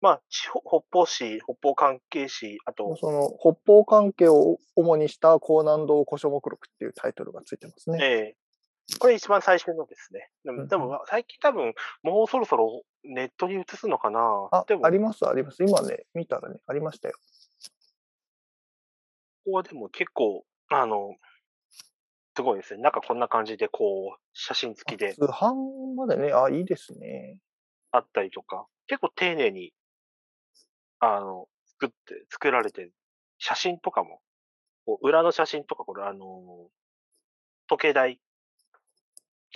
B: まあ、地方北方市、北方関係市、あと、
A: その北方関係を主にした高難度古書目録っていうタイトルがついてますね。
B: ええこれ一番最新のですね。で
A: うんう
B: も、
A: ん
B: でも最近多分、もうそろそろネットに移すのかな。
A: あ
B: でも、
A: あ
B: こ
A: ります、あります。今ね、見たらね、ありましたよ。
B: こはでも結構、あの、すごいですね。なんかこんな感じで、こう、写真付きで
A: 図版までね、あ、いいですね。
B: あったりとか、結構丁寧に、あの、作って、作られて、写真とかも、こう裏の写真とか、これあの、時計台、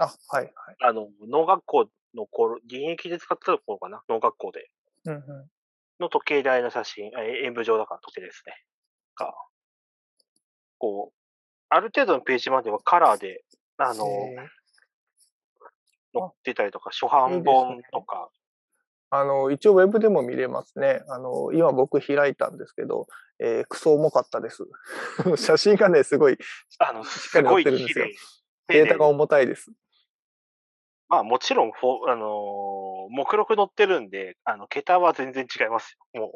A: あ、はい、はい。
B: あの、農学校の頃、現役で使ってた頃かな、農学校で。
A: うんう
B: の時計台の写真、あえ演舞場だから時計ですね。が、こう、ある程度のページまではカラーで、あの、
A: ん、えー
B: 載ってたりとか、初版本とか、
A: あの、一応ウェブでも見れますね。あの、今僕開いたんですけど、えークソ重かったです。 写真がね、すごい
B: あの、
A: っか
B: す
A: り載
B: ご
A: っ
B: い
A: てるんで
B: 綺
A: すよデ
B: 麗。
A: ータが
B: 丁寧に
A: 重たいです。
B: まあもちろん、フォあのー目録載ってるんで、あの、桁は全然違いますよ。も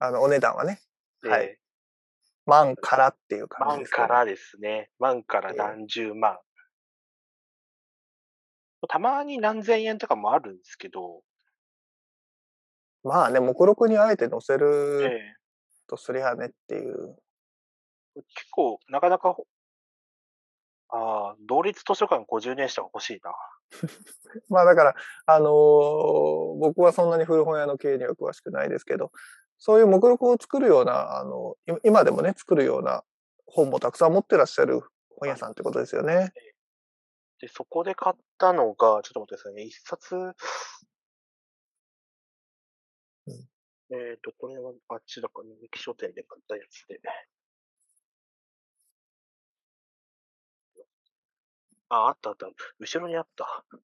A: あの、お値段はね、
B: う。
A: はい
B: え
A: 万からっていう
B: ー
A: 感じ
B: 万
A: です、ね。
B: からですね。万から
A: ええ
B: 何十万。たまに何千円とかもあるんですけど、
A: まあね、目録にあえて載せ
B: え
A: る
B: え
A: とすりゃねっていう。
B: 結構、なかなかほ、ああ、同立図書館50年者が欲しいな。
A: まあだから、あのー僕はそんなに古本屋の経営には詳しくないですけど、そういう目録を作るような、あの、い今でもね、作るような本もたくさん持ってらっしゃる本屋さんってことですよね。
B: で、そこで買ったのが、ちょっと待ってくださいね。一冊、
A: うん
B: えっ、と、これはあっちだから、ね、歴史書店で買ったやつで。あ、あったあった。後ろにあった。よ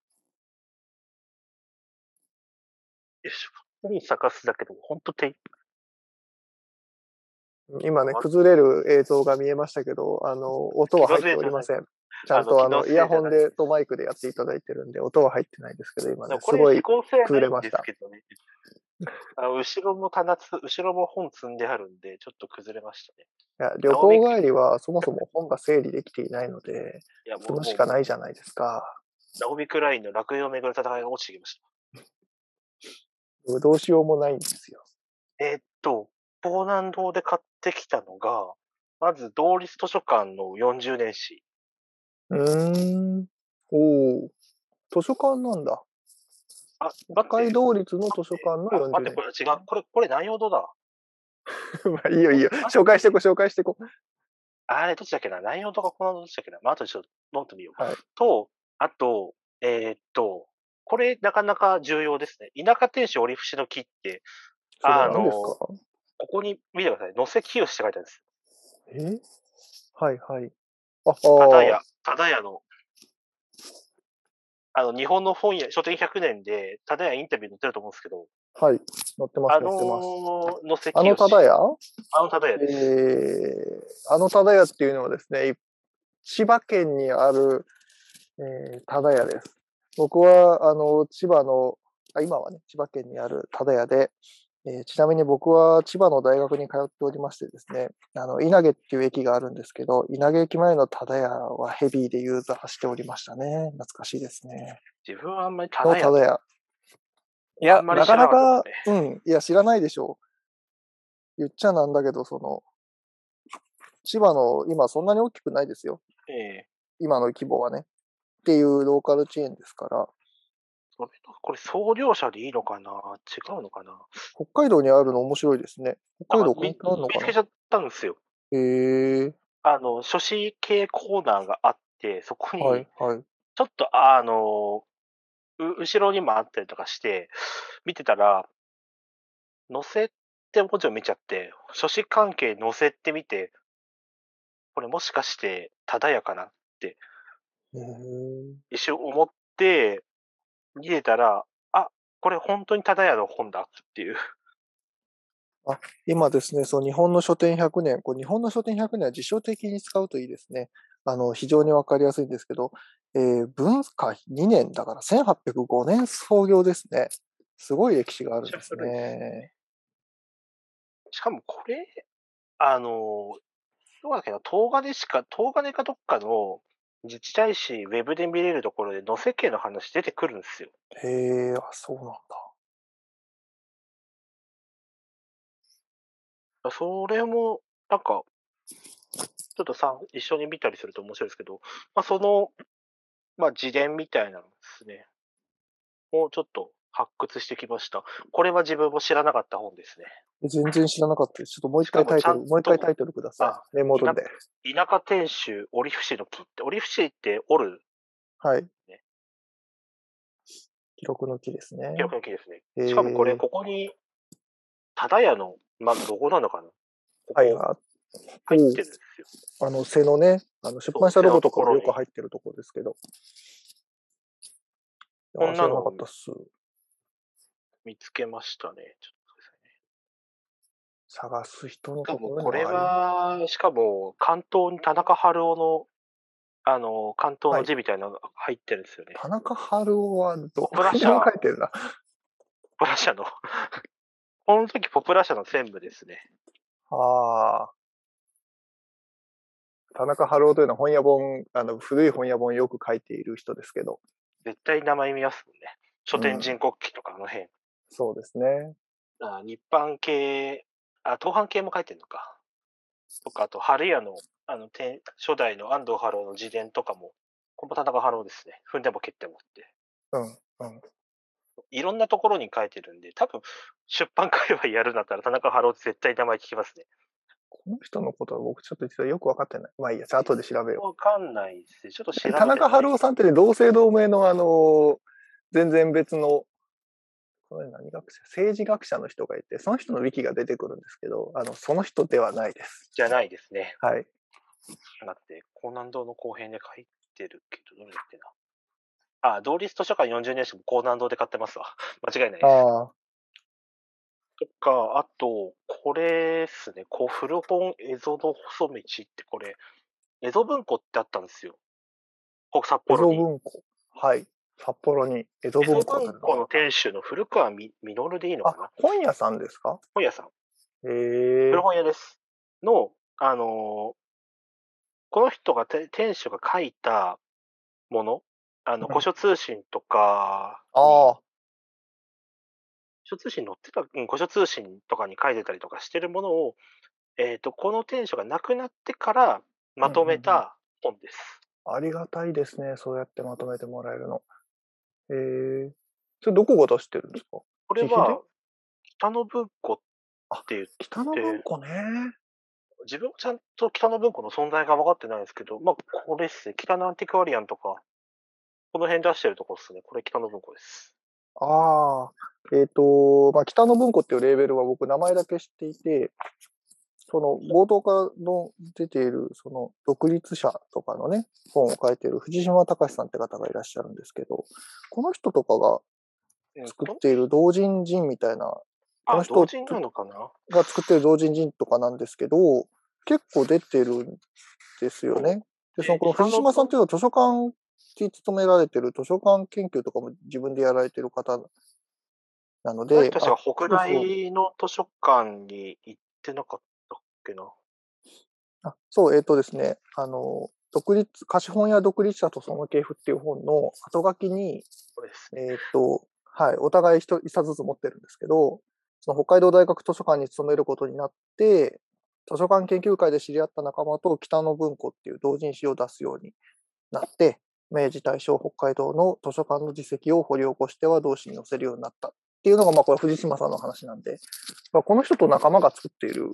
B: いしょ。本探すだけでも、ほんと手いっ
A: 今ね、崩れる映像が見えましたけど、あの、音は入っておりません。ちゃんとあ
B: あの
A: の、
B: 気のせい
A: イ
B: じゃな
A: ヤ
B: い
A: ホンでとマイクでやっていただいてるんで、音は入ってないですけど、今
B: で
A: ね
B: も、こ
A: す
B: れ
A: ご
B: 自
A: い
B: 己性
A: 崩れ
B: な
A: ま
B: いん
A: し
B: で
A: た
B: すけどね。あ後ろの棚つ、後ろも本積んであるんで、ちょっと崩れましたね。
A: いや、旅行帰りはそもそも本が整理できていないので、
B: いや、も
A: 積
B: う、も
A: む
B: う
A: しかないじゃないですか。
B: ナオミ・クラインの落葉をめぐる戦いが落ちてきまし
A: どうしようもないんですよ。
B: た。えーっと、防南堂で買ってきたのが、まず、同立図書館の40年史。
A: うーん。おお。図書館なんだ。
B: あ、
A: 社会同率の図書館の
B: あ待っ
A: 40年
B: て、こ。れ違う。これ、これ何用度だ
A: まあいいよいいよ。紹介していこう、紹介していこう。
B: あれ、どっちだっけな内容とかこのどっちだっけなまあ、あとちょっとノート見よう。
A: はい
B: と、あと、えーっと、これなかなか重要ですね。田舎天使折伏の木って、
A: それは
B: あの
A: 何ですか
B: ここに見てください。野瀬清って書いてあるんです。
A: えはいはい。あ、あ
B: ただ
A: ー
B: や、ただやの、あの、日本の本屋、書店100年で、ただやインタビュー載ってると思うんですけど、
A: はい。載ってま
B: あ
A: す、
B: の
A: 載ってます。
B: ー、野瀬清。
A: あのただや
B: あのただやです。
A: えー、あのただやっていうのはですね、い千葉県にある、えー、ただやです。僕は、あの、千葉の、あ今はね、千葉県にあるただやで、えーちなみに僕は千葉の大学に通っておりましてですね、あの、稲毛っていう駅があるんですけど、稲毛駅前のただやはヘビーでユーザーしておりましたね。懐かしいですね。
B: 自分はあんまりた
A: の
B: だや
A: た、だや。
B: い
A: いや、
B: あんまり
A: な
B: 知ら
A: か
B: な
A: な
B: かっ
A: か
B: たで、
A: うん、いや、知らないでしょう。言っちゃなんだけど、その、千葉の今そんなに大きくないですよ。
B: すね。ええ
A: 今の規模はね。っていうローカルチェーンですから、
B: それとこれ、総量者でいいのかな違うのかな
A: 北海道にあるの面白いですね。北海道こんなあるの
B: 見
A: か
B: つ
A: な
B: けちゃったんですよ。
A: へえ
B: あの、書誌系コーナーがあって、そこに、
A: はい、はい。
B: ちょっと、あの、う後ろにもあったりとかして、見てたら、載せって文字を見ちゃって、書誌関係載せってみて、これもしかして、ただやかな
A: へー
B: 一瞬思って、見てたら、あ、これ本当にただやの本だっていう。
A: 今ですね、その日本の書店100年、こう日本の書店100年は辞書的に使うといいですね。あの、非常にわかりやすいんですけど、えー文化2年だから1805年創業ですね。すごい歴史があるんです
B: めちゃ古いです
A: ね。
B: しかもこれ、あの、どうだっけな、東金しか、東金かどっかの自治体市ウェブで見れるところで、野瀬家の話出てくるんですよ。
A: へえ、あ、そうなんだ。
B: それも、なんか、ちょっとさん一緒に見たりすると面白いですけど、まあ、その、まあ、自伝みたいなのですね、をちょっと発掘してきました。これは自分も知らなかった本ですね。
A: 全然知らなかったです。ちょっともう一回
B: し
A: タ
B: かも
A: イ
B: ちゃ
A: ト
B: ん
A: ル、
B: と
A: もう一回タイトルくださ
B: あ
A: い。メモるんで。
B: 田舎店主、折伏の木って、折伏って折る
A: はい。記録の木ですね
B: 記。録の木ですね。
A: えー
B: しかもこれ、ここに、ただやの、まあ、どこなのかなここ
A: はい、
B: 入
A: あ
B: ってるんですよ。
A: あの、背のね、あの出版したロゴとかも
B: 背のところ
A: よ
B: に
A: く入ってるところですけど。い
B: こ
A: や
B: ん
A: 知
B: な
A: ら
B: の
A: なかったっす。
B: 見つけましたね。ちょっと待ってくださいね
A: 探す人の
B: しか
A: とこ
B: も
A: ろに
B: これ
A: あ
B: は、しかも関東に田中春夫の、あの、関東の字みたいなのが入ってるんですよね
A: り。田中春夫はどこ
B: ブラッ
A: に
B: シャー
A: でも書いてるな。
B: ポプラ社の。 この時ポプラ社の専務ですね。
A: ああ。田中春夫というのは本屋本、あの、古い本屋本をよく書いている人ですけど。
B: 絶対名前見ますもんね。書
A: う
B: 店
A: ん
B: 人国旗とかあの辺。
A: そうですね。
B: あ日版系、あ、東版系も書いてるのか。とか、あと、春屋の、あの、天初代の安藤春夫の自伝とかも、これも田中春夫ですね。踏んでも蹴ってもって。
A: うん、うん。
B: いろんなところに書いてるんで、多分、出版界隈やるんだったら田中春夫って絶対名前聞きますね。
A: この人のことは僕ちょっと実はよくわかってない。まあいいや、じゃあ後で調べよう。
B: わかんないですね。ちょっと調べて
A: 田中春夫
B: ん
A: さんってね、同姓同名の、あのー全然別の、これ何学者政治学者の人がいて、その人のウィキが出てくるんですけど、あの、その人ではないです。
B: じゃないですね。
A: はい。
B: だって、高南堂の後編で書いてるけど、どれだっけな。あ、同立図書館40年史も高南堂で買ってますわ。間違いないです。
A: ああ、
B: とか、あと、これですね。こう、古本蝦夷の細道ってこれ、蝦夷文庫ってあったんですよ。ここ札
A: 江
B: 幌
A: 戸
B: に。
A: 文庫。はい。札幌に江戸
B: 蝦
A: 文
B: 夷
A: 庫とい
B: 文
A: う
B: 庫の
A: の
B: 店主の古川み実でいいの
A: が。
B: かな
A: あ、本屋さんですか
B: 本屋さん。
A: へえ
B: 古。本屋です。の、あのーこの人がて、店主が書いたもの、あの、
A: うん
B: 古書通信とか、
A: ああ、
B: 古書通信載ってた、うん、古書通信とかに書いてたりとかしてるものを、えっ、と、この店主が亡くなってからまとめた本です。
A: ありがたいですね。そうやってまとめてもらえるの。へえ。それどこが出してるんですか
B: これ
A: 自費で、
B: は北野文庫っていう、
A: 北の文庫ね。
B: 自分もちゃんと北野文庫の存在が分かってないんですけど、まあ、これっすね。北野アンティクアリアンとか、この辺出してるとこっすね。これ北野文庫です。
A: ああ。えっ、と、まあ、北の文庫っていうレーベルは僕名前だけ知っていて、その冒頭からの出ている、その独立者とかのね、本を書いている藤島隆さんって方がいらっしゃるんですけど、この人とかが
B: うん
A: 作っている同人人みたいな、この
B: あ、
A: 人
B: 同人なのかな
A: が作ってる同人人とかなんですけど、結構出てるんですよね。で、その、この藤島さんっていうのは図書館に勤められてる図書館研究とかも自分でやられてる方なので、
B: 確か北
A: そうそ
B: 大の図書館に行ってなかったっけな。
A: あそう、えっ、とですね、あの、独立、貸本や独立者とその系譜っていう本の後書きに、
B: これですね。
A: えっ、と、はい、お互い一人一冊ずつ持ってるんですけど、その北海道大学図書館に勤めることになって、図書館研究会で知り合った仲間と北の文庫っていう同人誌を出すようになって、明治大正北海道の図書館の実績を掘り起こしては同誌に載せるようになったっていうのが、まあこれ藤島さんの話なんで、まあ、この人と仲間が作っている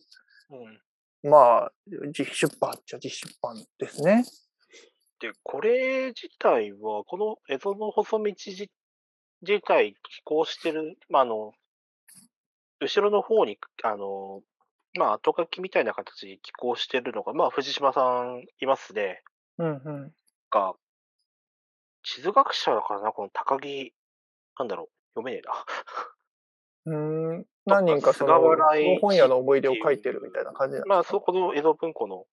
B: うん。
A: まあ、自費出版っちゃ自費出版ですね。
B: で、これ自体は、この江戸の細道自自体、寄稿してる、まあ、あの、後ろの方に、あの、まあ、後書きみたいな形で寄稿してるのが、まあ、藤島さんいますね。
A: うんうん。
B: が、地図学者だからな、この高木、なんだろう、読めねえ
A: う
B: な。
A: ん何人かその
B: 菅原栄一
A: 本屋の思い出を書いてるみたいな感じなん
B: まあ、そう、この江戸文庫の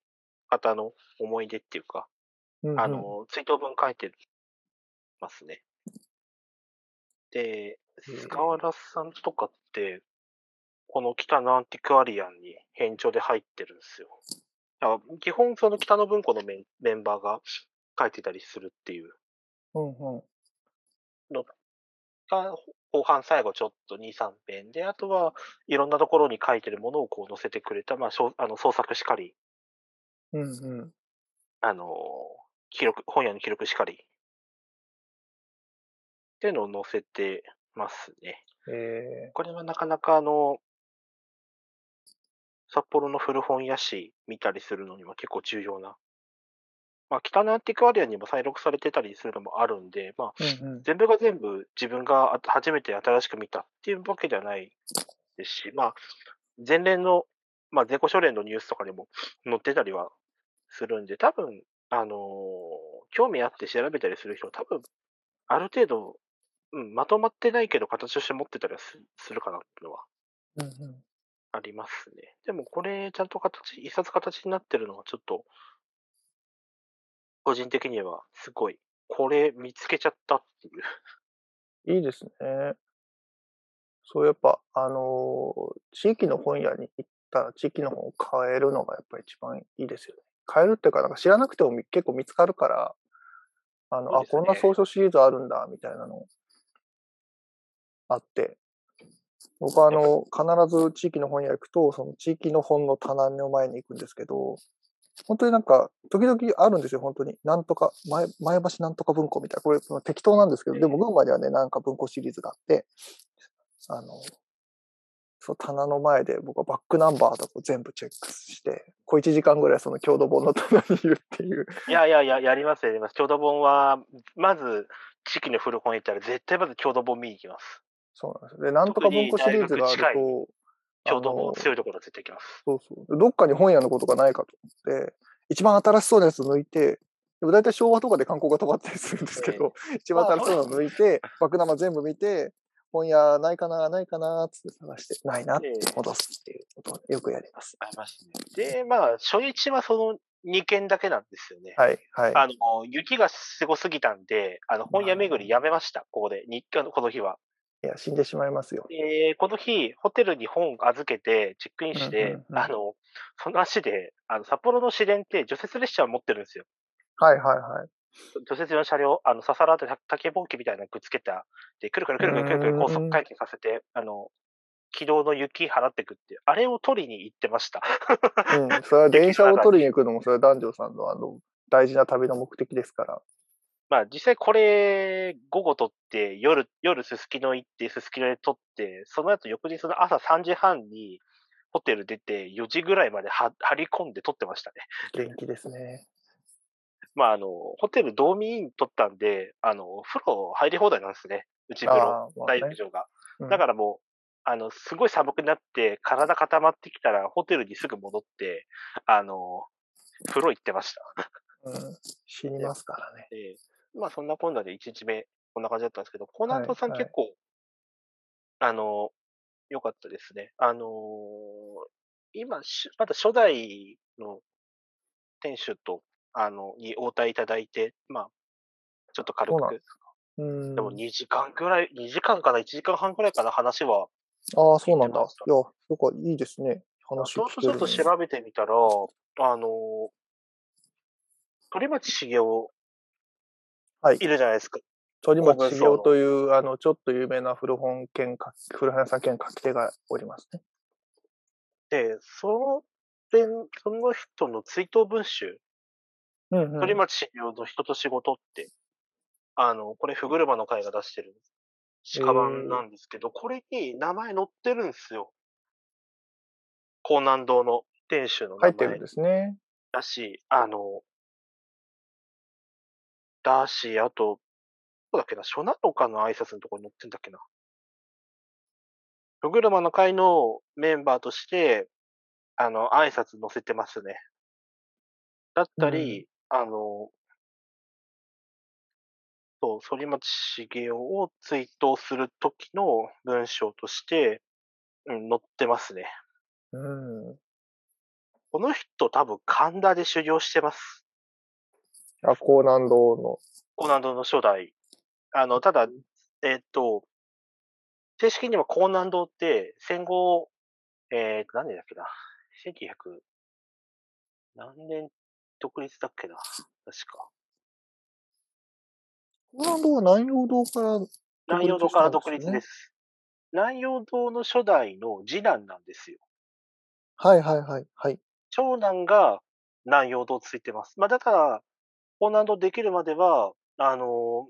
B: 方の思い出っていうか、
A: うんうん
B: あの、追悼文書いてますね。で、
A: うん
B: 菅原さんとかって、この北のアンティクアリアンに編著で入ってるんですよ。だから基本その北の文庫のメンメンバーが書いてたりするっていう。
A: うんうん
B: が後半最後ちょっと2、3編で、あとはいろんなところに書いてるものをこう載せてくれた、まあ、小あの創作しかり、
A: うんうん。
B: あのー記録、本屋の記録しかり。っていうのを載せてますね。
A: え
B: これはなかなかあの、札幌の古本屋誌見たりするのには結構重要な。まあ、北のアンティクアリアにも再録されてたりするのもあるんで、まあ、
A: ーうんうん
B: 全部が全部自分があ初めて新しく見たっていうわけではないですし、まあ、前年の、まあ、前後初年のニュースとかにも載ってたりはするんで、多分、あのー興味あって調べたりする人は多分、ある程度、うん、まとまってないけど形として持ってたりはすするかなっていうのは
A: うんうん
B: ありますね。でもこれ、ちゃんと形、一冊形になってるのはちょっと、個人的にはすごい、これ見つけちゃったっていう。
A: いいですね。そう、やっぱ、あのー地域の本屋に行ったら地域の本を買えるのがやっぱ一番いいですよね。買えるっていうか、なんか知らなくてもみ結構見つかるから、あの、
B: そう
A: あ、
B: ですね
A: こんな草書シリーズあるんだ、みたいなのあって。僕はあの、必ず地域の本屋行くと、その地域の本の棚の前に行くんですけど、本当になんか、時々あるんですよ、本当に。なんとか、前前橋なんとか文庫みたいな。これ、その適当なんですけど、でも群馬にはね、なんか文庫シリーズがあって、あの、そう、棚の前で僕はバックナンバーとかを全部チェックして、小1時間ぐらいその郷土本の棚にいるっていう。
B: いやいやいや、やりますやります。郷土本は、まず、地域の古本屋行ったら、絶対まず郷土本見に行きます。
A: そうなんです。で、なんとか文庫シリーズがあると、
B: 郷土本
A: あの
B: 強いところは絶対行きます。
A: そうそう。どっかに本屋のことがないかと思って、一番新しそうなやつ抜いて、でも大体昭和とかで観光が止まったりするんですけど、一番新しそうなの抜いて、バックナンバー全部見て、本屋ないかな、ないかな、つって探して、ないなって戻すっていうことをよくやります。
B: ありますね。で、まあ、初日はその2軒だけなんですよね。
A: はい、はい。
B: あの、雪がすごすぎたんで、あの、本屋巡りやめました、ここで。日課のこの日は。
A: いや、死んでしまいますよ。
B: で、この日、ホテルに本預けて、チェックインして、
A: うんうんうん
B: あの、その足で、あの、札幌の市電って除雪列車を持ってるんですよ。
A: はい、はい、はい。
B: 除雪の車両、あの、ささらって竹ぼうきみたいなのくっつけた、で、くるくるくるくるくるくる
A: うーん
B: 高速回転させて、あの、軌道の雪払ってくっていう、あれを取りに行ってました。
A: うん、それは電車を取りに行くのも、それは男女さんのあの、大事な旅の目的ですから。
B: まあ実際これ、午後撮って、夜、夜すすきの行って、すすきので撮って、その後翌日の朝3時半にホテル出て、4時ぐらいまでは張り込んで撮ってましたね。
A: 元気ですね。
B: まああの、ホテルドーミイン撮ったんで、あの、風呂入り放題なんですね。うち風呂、
A: あー、まあ
B: 大
A: ね
B: 浴場が。
A: うん
B: だからもう、あの、すごい寒くなって、体固まってきたら、ホテルにすぐ戻って、あの、風呂行ってました。
A: うん、死にますからね。
B: ええまあそんなこんなで1日目、こんな感じだったんですけど、コーナートさん
A: はい
B: 結構、あの、良かったですね。あのー今、しまだ初代の店主と、あの、に応対いただいて、まあ、ちょっと軽
A: そうなん
B: く、
A: うん。
B: でも2時間くらい、2時間かな、1時間半くらいかな、話は、
A: ああ、そうなんだ。い
B: 聞い
A: や、
B: てます
A: なんかいいですね。話
B: そ
A: 聞
B: うそう
A: け
B: ち
A: る
B: ょっと調べてみたら、あのー、鳥町茂雄、
A: はい
B: いるじゃないですか。
A: 鳥町
B: 公文
A: 茂
B: 層の
A: 雄という、あの、ちょっと有名な古本兼書き、古本屋さん兼書き手がおりますね。
B: で、その点、その人の追悼文集、
A: うん、うん。
B: 鳥町茂雄の人と仕事って、あの、これ、フグルマの会が出してる、鹿版なんですけど、これに名前載ってるんですよ。高南堂の店主の
A: 入
B: 名
A: ってるん
B: 前
A: ですね。
B: だし、あの、だし、あと、どうだっけな、初夏のかの挨拶のところに載ってんだっけな。フグルマの会のメンバーとして、あの、挨拶載せてますね。だったり、あの、そう、反町茂雄を追悼する時の文章として、うん、載ってますね。
A: うん。
B: この人多分神田で修行してます。
A: あ、高難度の。
B: 高難度の初代。あの、ただ、えーっと、正式には高難度って戦後、えーっと、何年だっけな。1900、何年独立だっけな。確か。
A: 高難度は南陽堂から、
B: 南洋堂から独立です。南洋堂の初代の次男なんですよ。
A: はいはいはい。はい。
B: 長男が南洋堂ついてます。まあ、だから、高難度できるまでは、あの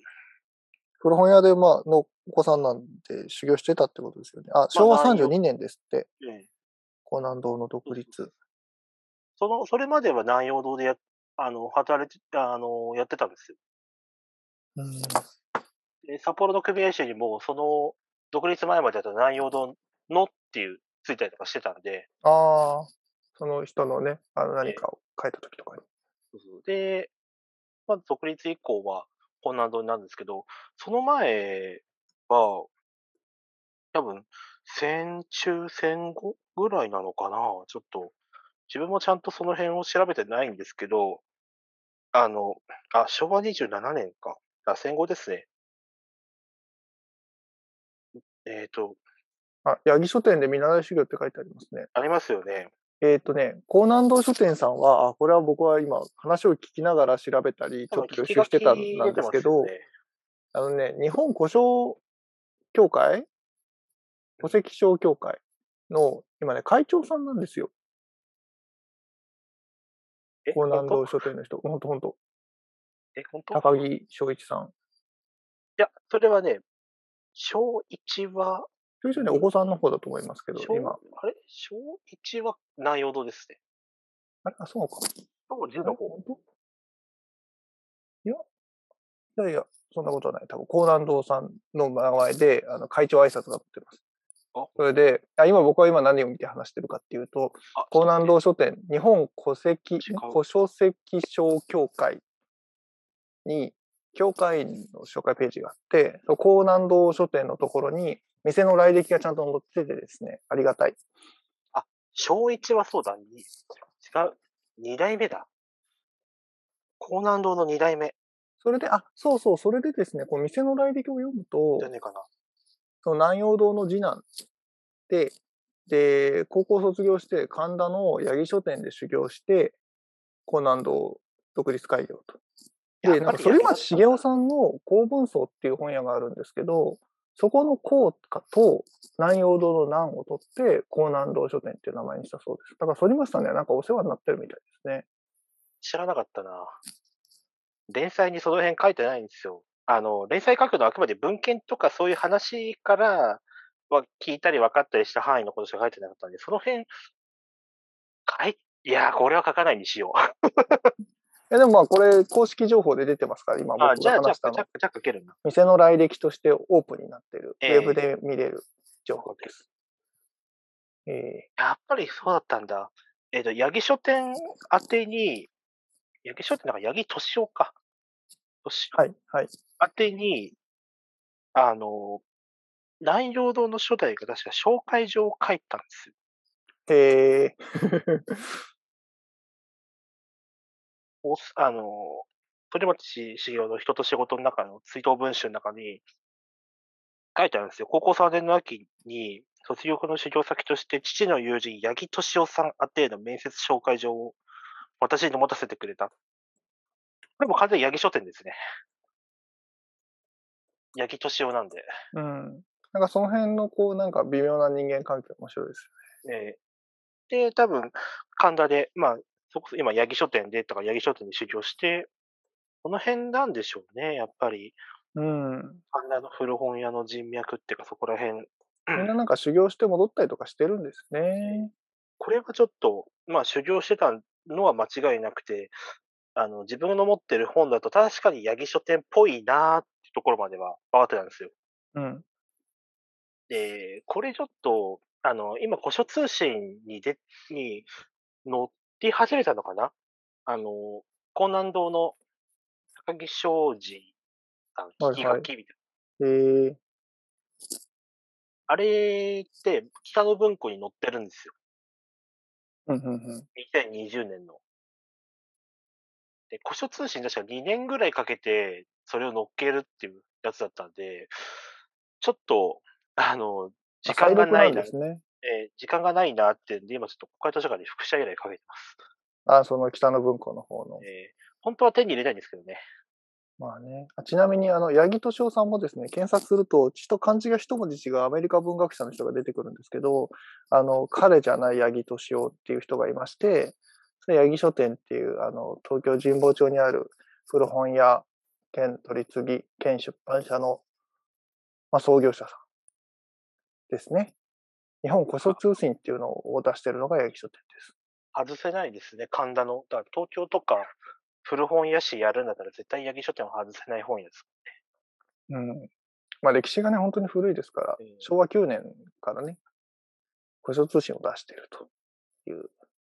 A: 古本屋で、まあ、のお子さんなんで修行してたってことですよね。あ、昭和
B: 南陽
A: 32年ですって。
B: ー、えー
A: 高難度の独立。
B: その、それまでは南洋堂でや、あの、働いて、あの、やってたんですよ。
A: うん。
B: で札幌の組合誌にも、その、独立前までだった南洋堂のっていう、ついたりとかしてたんで、
A: ああ、その人のね、あの何かを書いた時とかに。
B: で、まあ、独立以降は、こんな堂になるんですけど、その前は、多分、戦中戦後ぐらいなのかなちょっと、自分もちゃんとその辺を調べてないんですけど、あの、あ、昭和27年か。あ、戦後ですね。えっ、と、
A: あ、八木書店で見習い修行って書いてありますね。
B: ありますよね。
A: えっ、とね、高南堂書店さんは、あこれは僕は今話を聞きながら調べたり、ちょっと予習してたんなんですけど、
B: 多分聞き書き出てますよね
A: あのね、日本古書協会戸籍商協会の、今ね、会長さんなんですよ。
B: え、
A: 高
B: 本
A: 南堂
B: 当
A: 書店の人。ほんとほんと。
B: え、本当い
A: 高木正一さん。
B: や、それはね、小一は、
A: 正一はね、お子さんの方だと思いますけど、
B: 小
A: 今。
B: あれ小一は南洋堂ですね。
A: あれあ、そうか。
B: 小十
A: あれ
B: の方。
A: 本当いや、いやいや、そんなことはない。多分、高南堂さんの名前で、あの、会長挨拶が載ってます。
B: あ
A: それで、あ今僕は今何を見て話してるかっていうと、
B: あ
A: 高南堂書店、日本戸籍
B: 違う、
A: 古書籍商協会に、協会員の紹介ページがあって、その高南堂書店のところに、店の来歴がちゃんと載っててですね、ありがたい。
B: 小一はそうだ。に違う。二代目だ。高南堂の二代目
A: それで、あ、そうそう、それでですね、この店の来歴を読むと
B: じゃ、ねえかな。
A: その南陽堂の次男で、で、高校卒業して神田の八木書店で修行して、高南堂独立開業と。で、
B: やっ
A: なん
B: ぱ
A: か、
B: り
A: 反
B: やりま
A: 町
B: した
A: 茂雄さんの公文層っていう本屋があるんですけど、そこの高家と南陽堂の南を取って、高南堂書店っていう名前にしたそうです。だから反町さんね、なんかお世話になってるみたいですね。
B: 知らなかったな。連載にその辺書いてないんですよ。あの、連載書くのはあくまで文献とかそういう話からは聞いたり分かったりした範囲のことしか書いてなかったんで、その辺、書い、いやー、これは書かないにしよう。
A: えでもまあこれ公式情報で出てますから、今僕
B: あ、じゃ
A: が
B: あ、じゃ
A: 話した
B: あ、じゃ
A: の
B: あ。、じゃあ書けるな。
A: 店の来歴としてオープンになっている、
B: ええ
A: ウェブで見れる情報です。ええ
B: やっぱりそうだったんだ。えっ、と、八木書店宛てに、八木書店なんか八木敏夫か。敏夫
A: はい、はい。
B: 宛てに、あの、南陽堂の初代が確か紹介状を書いたんですよ。
A: へえ
B: おすあの、鳥町修行の人と仕事の中の追悼文集の中に書いてあるんですよ。高校3年の秋に卒業後の修行先として父の友人、八木敏夫さん宛ての面接紹介状を私に持たせてくれた。これも完全に八木書店ですね。八木敏夫なんで。
A: うん。なんかその辺のこうなんか微妙な人間関係面白いです
B: えーで、多分、神田で、まあ、そこそ今、八木書店で、とから八木書店で修行して、この辺なんでしょうね、やっぱり。
A: よね。うん。
B: 神田の古本屋の人脈っていうか、そこら辺。
A: みんななんか修行して戻ったりとかしてるんですね。
B: これはちょっと、まあ、修行してたのは間違いなくて、あの、自分の持ってる本だと確かに八木書店っぽいなーってところまでは分かってたんですよ。
A: うん。
B: で、これちょっと、あの、今、古書通信にで、に乗って始めたのかなあの、高南堂の高木昌司さん、
A: はいはい
B: 聞き書きみたいな。
A: ええ
B: あれって、北の文庫に載ってるんですよ。
A: うんうん
B: 2020年の。で、古書通信確か2年ぐらいかけて、それを乗っけるっていうやつだったんで、ちょっと、あの、時間がない
A: ん
B: な
A: ですね。
B: えー時間がないなってんで、今ちょっと国会図書館で副社依頼かけてます。
A: あ、その北の文庫の方の。
B: えー本当は手に入れたいんですけどね。
A: まあね。あちなみに、あの、八木敏夫さんもですね、検索すると、ちと漢字が一文字違うアメリカ文学者の人が出てくるんですけど、あの、彼じゃない八木敏夫っていう人がいまして、それ八木書店っていう、あの、東京神保町にある古本屋兼取り次ぎ兼出版社の、まあ、創業者さんですね。日本古書通信っていうのを出してるのが八木書店です。
B: 外せないですね、神田の。だから東京とか古本屋市やるんだったら絶対八木書店は外せない本屋です。
A: うん。まあ歴史がね、本当に古いですから
B: ええ、
A: 昭和9年からね、古書通信を出しているという